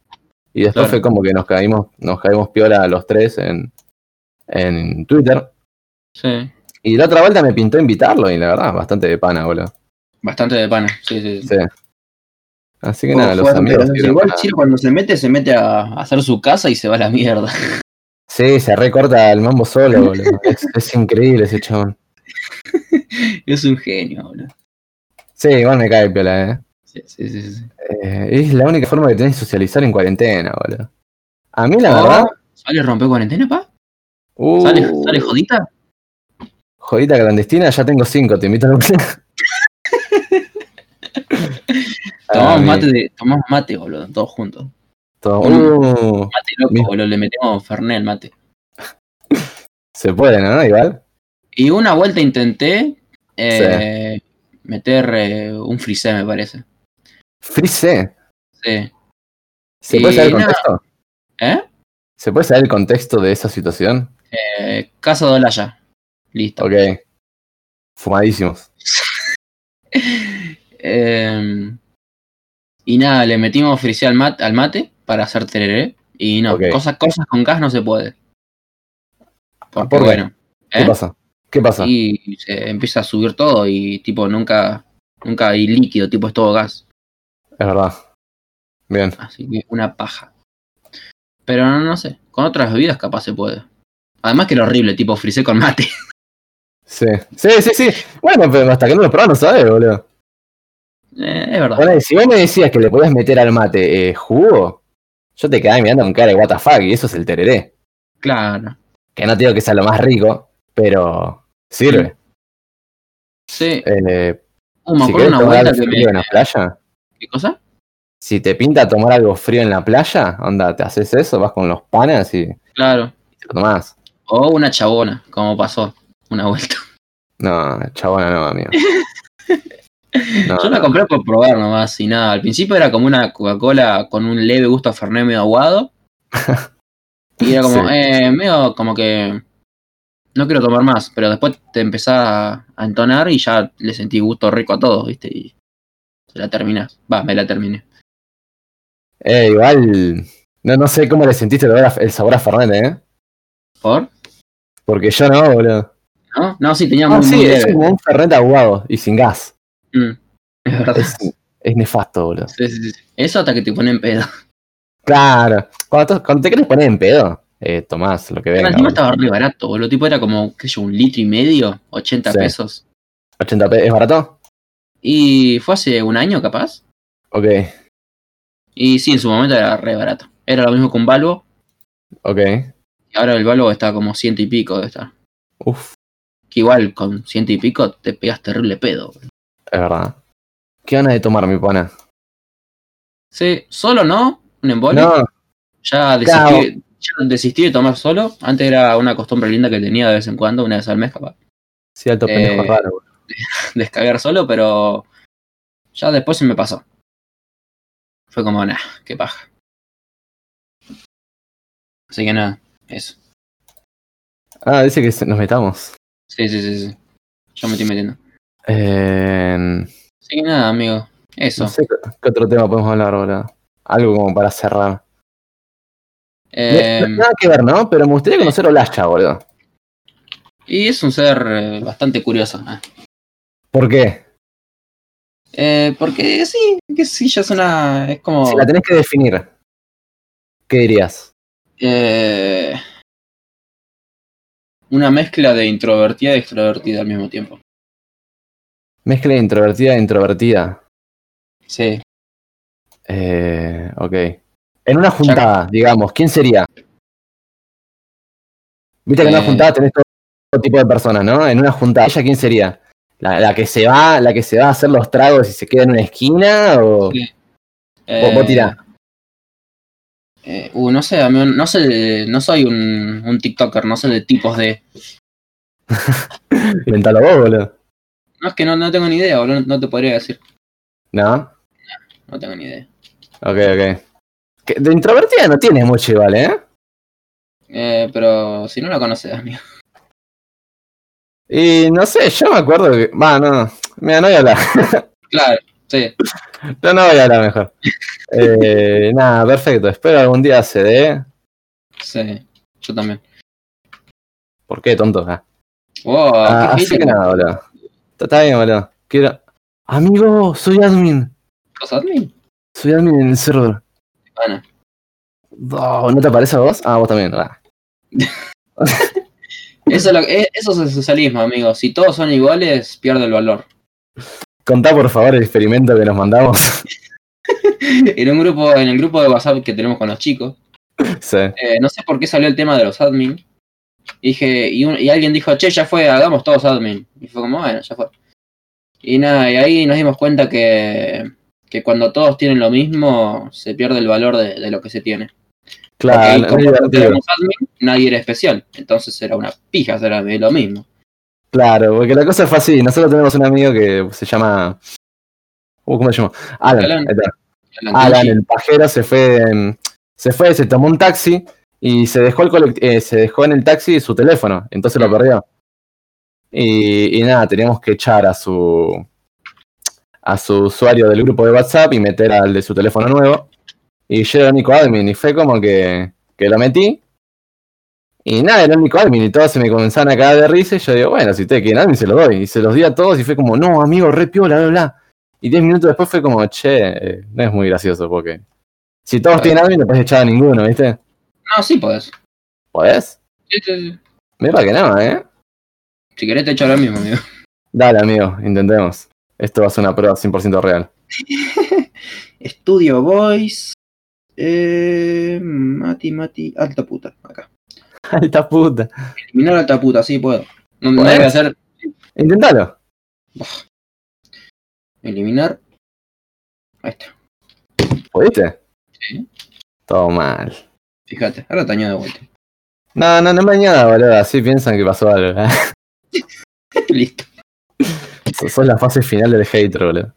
Y después Claro. fue como que nos caímos, nos caímos piola a los tres en, en Twitter. Sí. Y la otra vuelta me pintó invitarlo y la verdad, bastante de pana, boludo. Bastante de pana. Sí, sí, sí. Sí. Así que Fue- nada, los fue- amigos. pero sirven igual para- Chiro cuando se mete, se mete a a hacer su casa y se va a la mierda. Sí, se recorta el mambo solo, boludo. es, es increíble ese chabón. es un genio, boludo. Sí, igual me cae piola, eh. Sí, sí, sí. sí. Eh, Es la única forma que tenés de socializar en cuarentena, boludo. A mí la Oh, verdad. ¿Sale rompe cuarentena, pa? Uh, ¿Sale, sale jodita? jodita clandestina, ya tengo cinco, te invito a la Tomamos Ah, mate, mi- de, tomamos mate, boludo, todos juntos. to- uh, Mate loco, Mi- boludo, le metemos Fernet al mate. se puede, ¿no? Igual. Y una vuelta intenté eh, meter eh, un frisé, me parece. Freeze. Sí. ¿Se Y puede saber el nada. contexto? ¿Eh? ¿Se puede saber el contexto de esa situación? Eh, Casa de Olaya. Listo. Ok. Fumadísimos. Eh, y nada, le metimos frisé al, mat- al mate para hacer tereré. Y no, Ok. Ah, cosas, cosas con gas no se puede. Porque ¿Por qué? bueno. ¿Qué ¿eh? pasa? ¿Qué pasa? Y se empieza a subir todo y tipo nunca, nunca hay líquido, tipo es todo gas. Es verdad. Bien. Así que una paja. Pero no, no sé, con otras bebidas capaz se puede. Además que era horrible, tipo frisé con mate. Sí. Sí, sí, sí. Bueno, pero hasta que no lo probás no sabes, boludo. Eh, es verdad. Ahora, si vos me decías que le podías meter al mate eh, jugo, Yo te quedaba mirando con cara de what the fuck, y eso es el tereré. Claro. Que no te digo que sea lo más rico, pero sirve. Sí. Eh, Oh, me si acuerdo querés una tomar vuelta algo que frío en me... la playa, ¿Qué cosa? si te pinta tomar algo frío en la playa, onda, te haces eso, vas con los panas y te Claro. lo tomás. O una chabona, como pasó una vuelta. No, chabona no, amigo. No, Yo la compré por probar nomás y nada. Al principio era como una Coca-Cola con un leve gusto a Fernet medio aguado. Y era como, Sí. eh, medio como que no quiero tomar más. Pero después te empezás a, a entonar y ya le sentí gusto rico a todos, ¿viste? Y se la terminás. Va, me la terminé. Eh, igual, no, no sé cómo le sentiste el sabor a, el sabor a Fernet, ¿eh? ¿Por? Porque yo no, boludo. ¿No? No, sí, eh. tenía Ah, muy, sí, muy es leve. como un Fernet aguado y sin gas. Mm, es verdad. Es, es nefasto, boludo. Sí, sí, sí. Eso hasta que te ponen pedo. Claro. Cuando, to- cuando te querés poner en pedo, eh, tomás lo que Pero venga. encima boludo. estaba re barato, boludo. Tipo era como, qué sé yo, un litro y medio, 80 Sí. pesos. 80 pe- ¿Es barato? Y fue hace un año capaz. Ok, Y sí, en su momento era re barato. Era lo mismo que un Balbo. ok. Y ahora el Balbo está como ciento y pico de estar. Uf, Que igual con ciento y pico te pegas terrible pedo. boludo. es verdad. ¿Qué ganas de tomar, mi pana? Sí, solo no, un embole. No, Ya, desistí, Claro. ya desistí de tomar solo. Antes era una costumbre linda que tenía de vez en cuando, una vez al mes capaz, sí, alto Eh, pendejo raro, boludo. descargar solo, pero ya después se me pasó. Fue como, nah, qué paja. Así que nada, eso. Ah, dice que se- nos metamos. Sí, sí, sí, sí. Yo me estoy metiendo. Eh, Así que nada, amigo. Eso. no sé qué, qué otro tema podemos hablar, boludo. Algo como para cerrar. Eh, No- Nada que ver, ¿no? Pero me gustaría conocer a Olacha, boludo. y es un ser eh, bastante curioso. ah. ¿Por qué? Eh, porque sí, que sí, ya es una. Es como. Si la tenés que definir, ¿qué dirías? eh, una mezcla de introvertida y extrovertida al mismo tiempo. Mezcla de introvertida e introvertida. Sí. Eh, ok. En una juntada, digamos, ¿quién sería? Viste que en una Eh. juntada tenés todo, todo tipo de personas, ¿no? En una juntada, ¿ella quién sería? ¿La, la que se va, la que se va a hacer los tragos y se queda en una esquina? O... Sí. Vos- vos tirá. eh, uh, no sé, amigo, no sé, no soy un, un TikToker, no sé de tipos de. Inventalo vos, boludo. No, es que no, no tengo ni idea, boludo, no te podría decir. ¿No? No tengo ni idea. Ok, ok. Que de introvertida no tienes mucho igual, ¿eh? Eh, pero si no la conoces, amigo. Y no sé, yo me acuerdo que. Va, no, no. Mira, no voy a hablar. Claro, sí. No, no voy a hablar mejor. Eh, nada, perfecto. Espero algún día se dé. Sí, yo también. ¿Por qué, tonto? Ah. Wow, Ah, qué así que hate, nada, boludo. Está- Está bien, boludo. Quiero... Amigo, soy admin. ¿Sos admin? Soy admin en el server. Bueno, Oh, ¿No te aparece a vos? Ah, vos también. Ah. eso es, lo- eh, eso es el socialismo, amigo. Si todos son iguales, pierde el valor. Contá por favor el experimento que nos mandamos. En un grupo, en el grupo de WhatsApp que tenemos con los chicos, sí. eh, no sé por qué salió el tema de los admin. Y Dije, y, un- y alguien dijo, che, ya fue, hagamos todos admin. Y fue como, bueno, ya fue. Y nada, y ahí nos dimos cuenta que, que cuando todos tienen lo mismo, se pierde el valor de, de lo que se tiene. Claro, no Porque es como todos divertido. éramos admin, nadie era especial. Entonces era una pija, era lo mismo. Claro, porque la cosa fue así. Nosotros tenemos un amigo que se llama. Uh, ¿Cómo se llama? Alan. Alan. Ahí está. Alan Alan, Tucci. el pajero, se fue, em, se fue, se tomó un taxi y se dejó, el colect- eh, se dejó en el taxi su teléfono, entonces lo perdió. Y, y nada, teníamos que echar a su a su usuario del grupo de WhatsApp y meter al de su teléfono nuevo. Y yo era el único admin y fue como que, que lo metí. Y nada, era el único admin y todos se me comenzaban a cagar de risa y yo digo, bueno, si ustedes quieren admin se los doy. Y se los di a todos y fue como, no, amigo, re piola, bla, bla. Y 10 minutos después fue como, che, eh, no es muy gracioso porque si todos tienen admin no puedes echar a ninguno, ¿viste? No, sí podés. ¿Podés? Sí, sí, sí. Mira que no, ¿eh? Si querés te echo ahora mismo, amigo. Dale, amigo, intentemos. Esto va a ser una prueba 100% real. Estudio Boys. Eh, Mati, Mati, alta puta, acá. Alta puta. Eliminar alta puta, sí puedo. No, no Podés. hay que hacer Intentalo. eliminar. Ahí está, ¿Pudiste? Sí. Todo mal. fíjate, ahora te añado de vuelta. No, no, no me añada, boludo. Así piensan que pasó algo. ¿eh? Listo. Sos sos la fase final del hater, boludo.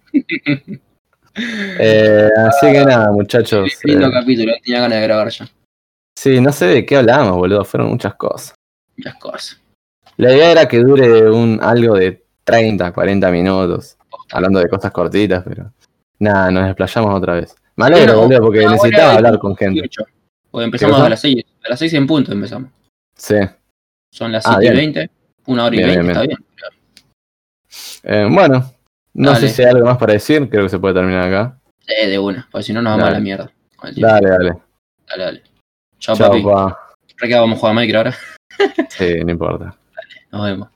Eh, así que nada, muchachos. Lindo eh, capítulo, tenía ganas de grabar ya. sí, no sé de qué hablábamos, boludo. Fueron muchas cosas. Muchas cosas. La idea era que dure un algo de 30, 40 minutos. Hablando de cosas cortitas, pero. Nada, nos desplayamos otra vez. Me alegro, Pero, boludo, porque ahora necesitaba hay- hablar con gente. Hoy empezamos ¿Qué a las 6. A las 6 en punto empezamos. Sí. Son las Ah, 7 y bien. 20. Una hora y Bien, 20, bien, está bien. Eh, bueno, no Dale. sé si hay algo más para decir. Creo que se puede terminar acá. Sí, de una, porque si no nos vamos Dale. a la mierda. Con el tiempo. Dale, dale. Dale, dale. Chao, Chao, papi. pa. Creo que vamos a jugar a Minecraft ahora. Sí, no importa. Nos vemos.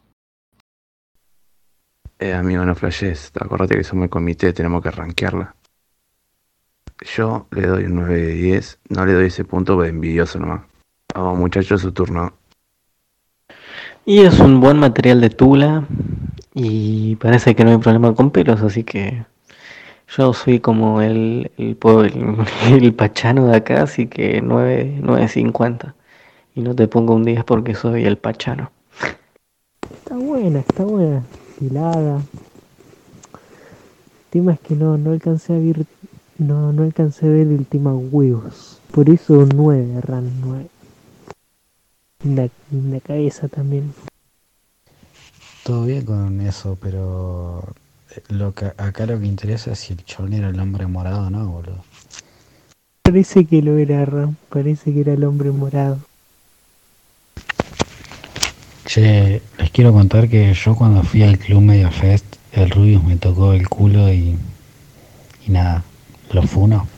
Eh, amigo, no flashes. Acordate que somos el comité, tenemos que rankearla. Yo le doy un 9 de 10. No le doy ese punto por envidioso nomás. Vamos, muchachos, su turno. Y es un buen material de tula y parece que no hay problema con pelos, así que yo soy como el, el, po- el, el pachano de acá, así que 9, 9.50. Y no te pongo un 10 porque soy el pachano. Está buena, está buena. Hilada. El tema es que no, no alcancé a ver. No, no alcancé a ver el tema huevos. Por eso 9, RAN 9. La, la cabeza también. Todo bien con eso, pero eh, lo que, acá lo que interesa es si el chabón era el hombre morado o no, boludo. Parece que lo era RAN. Parece que era el hombre morado. Che, les quiero contar que yo cuando fui al Club Media Fest, el Rubius me tocó el culo y. y nada, lo funo.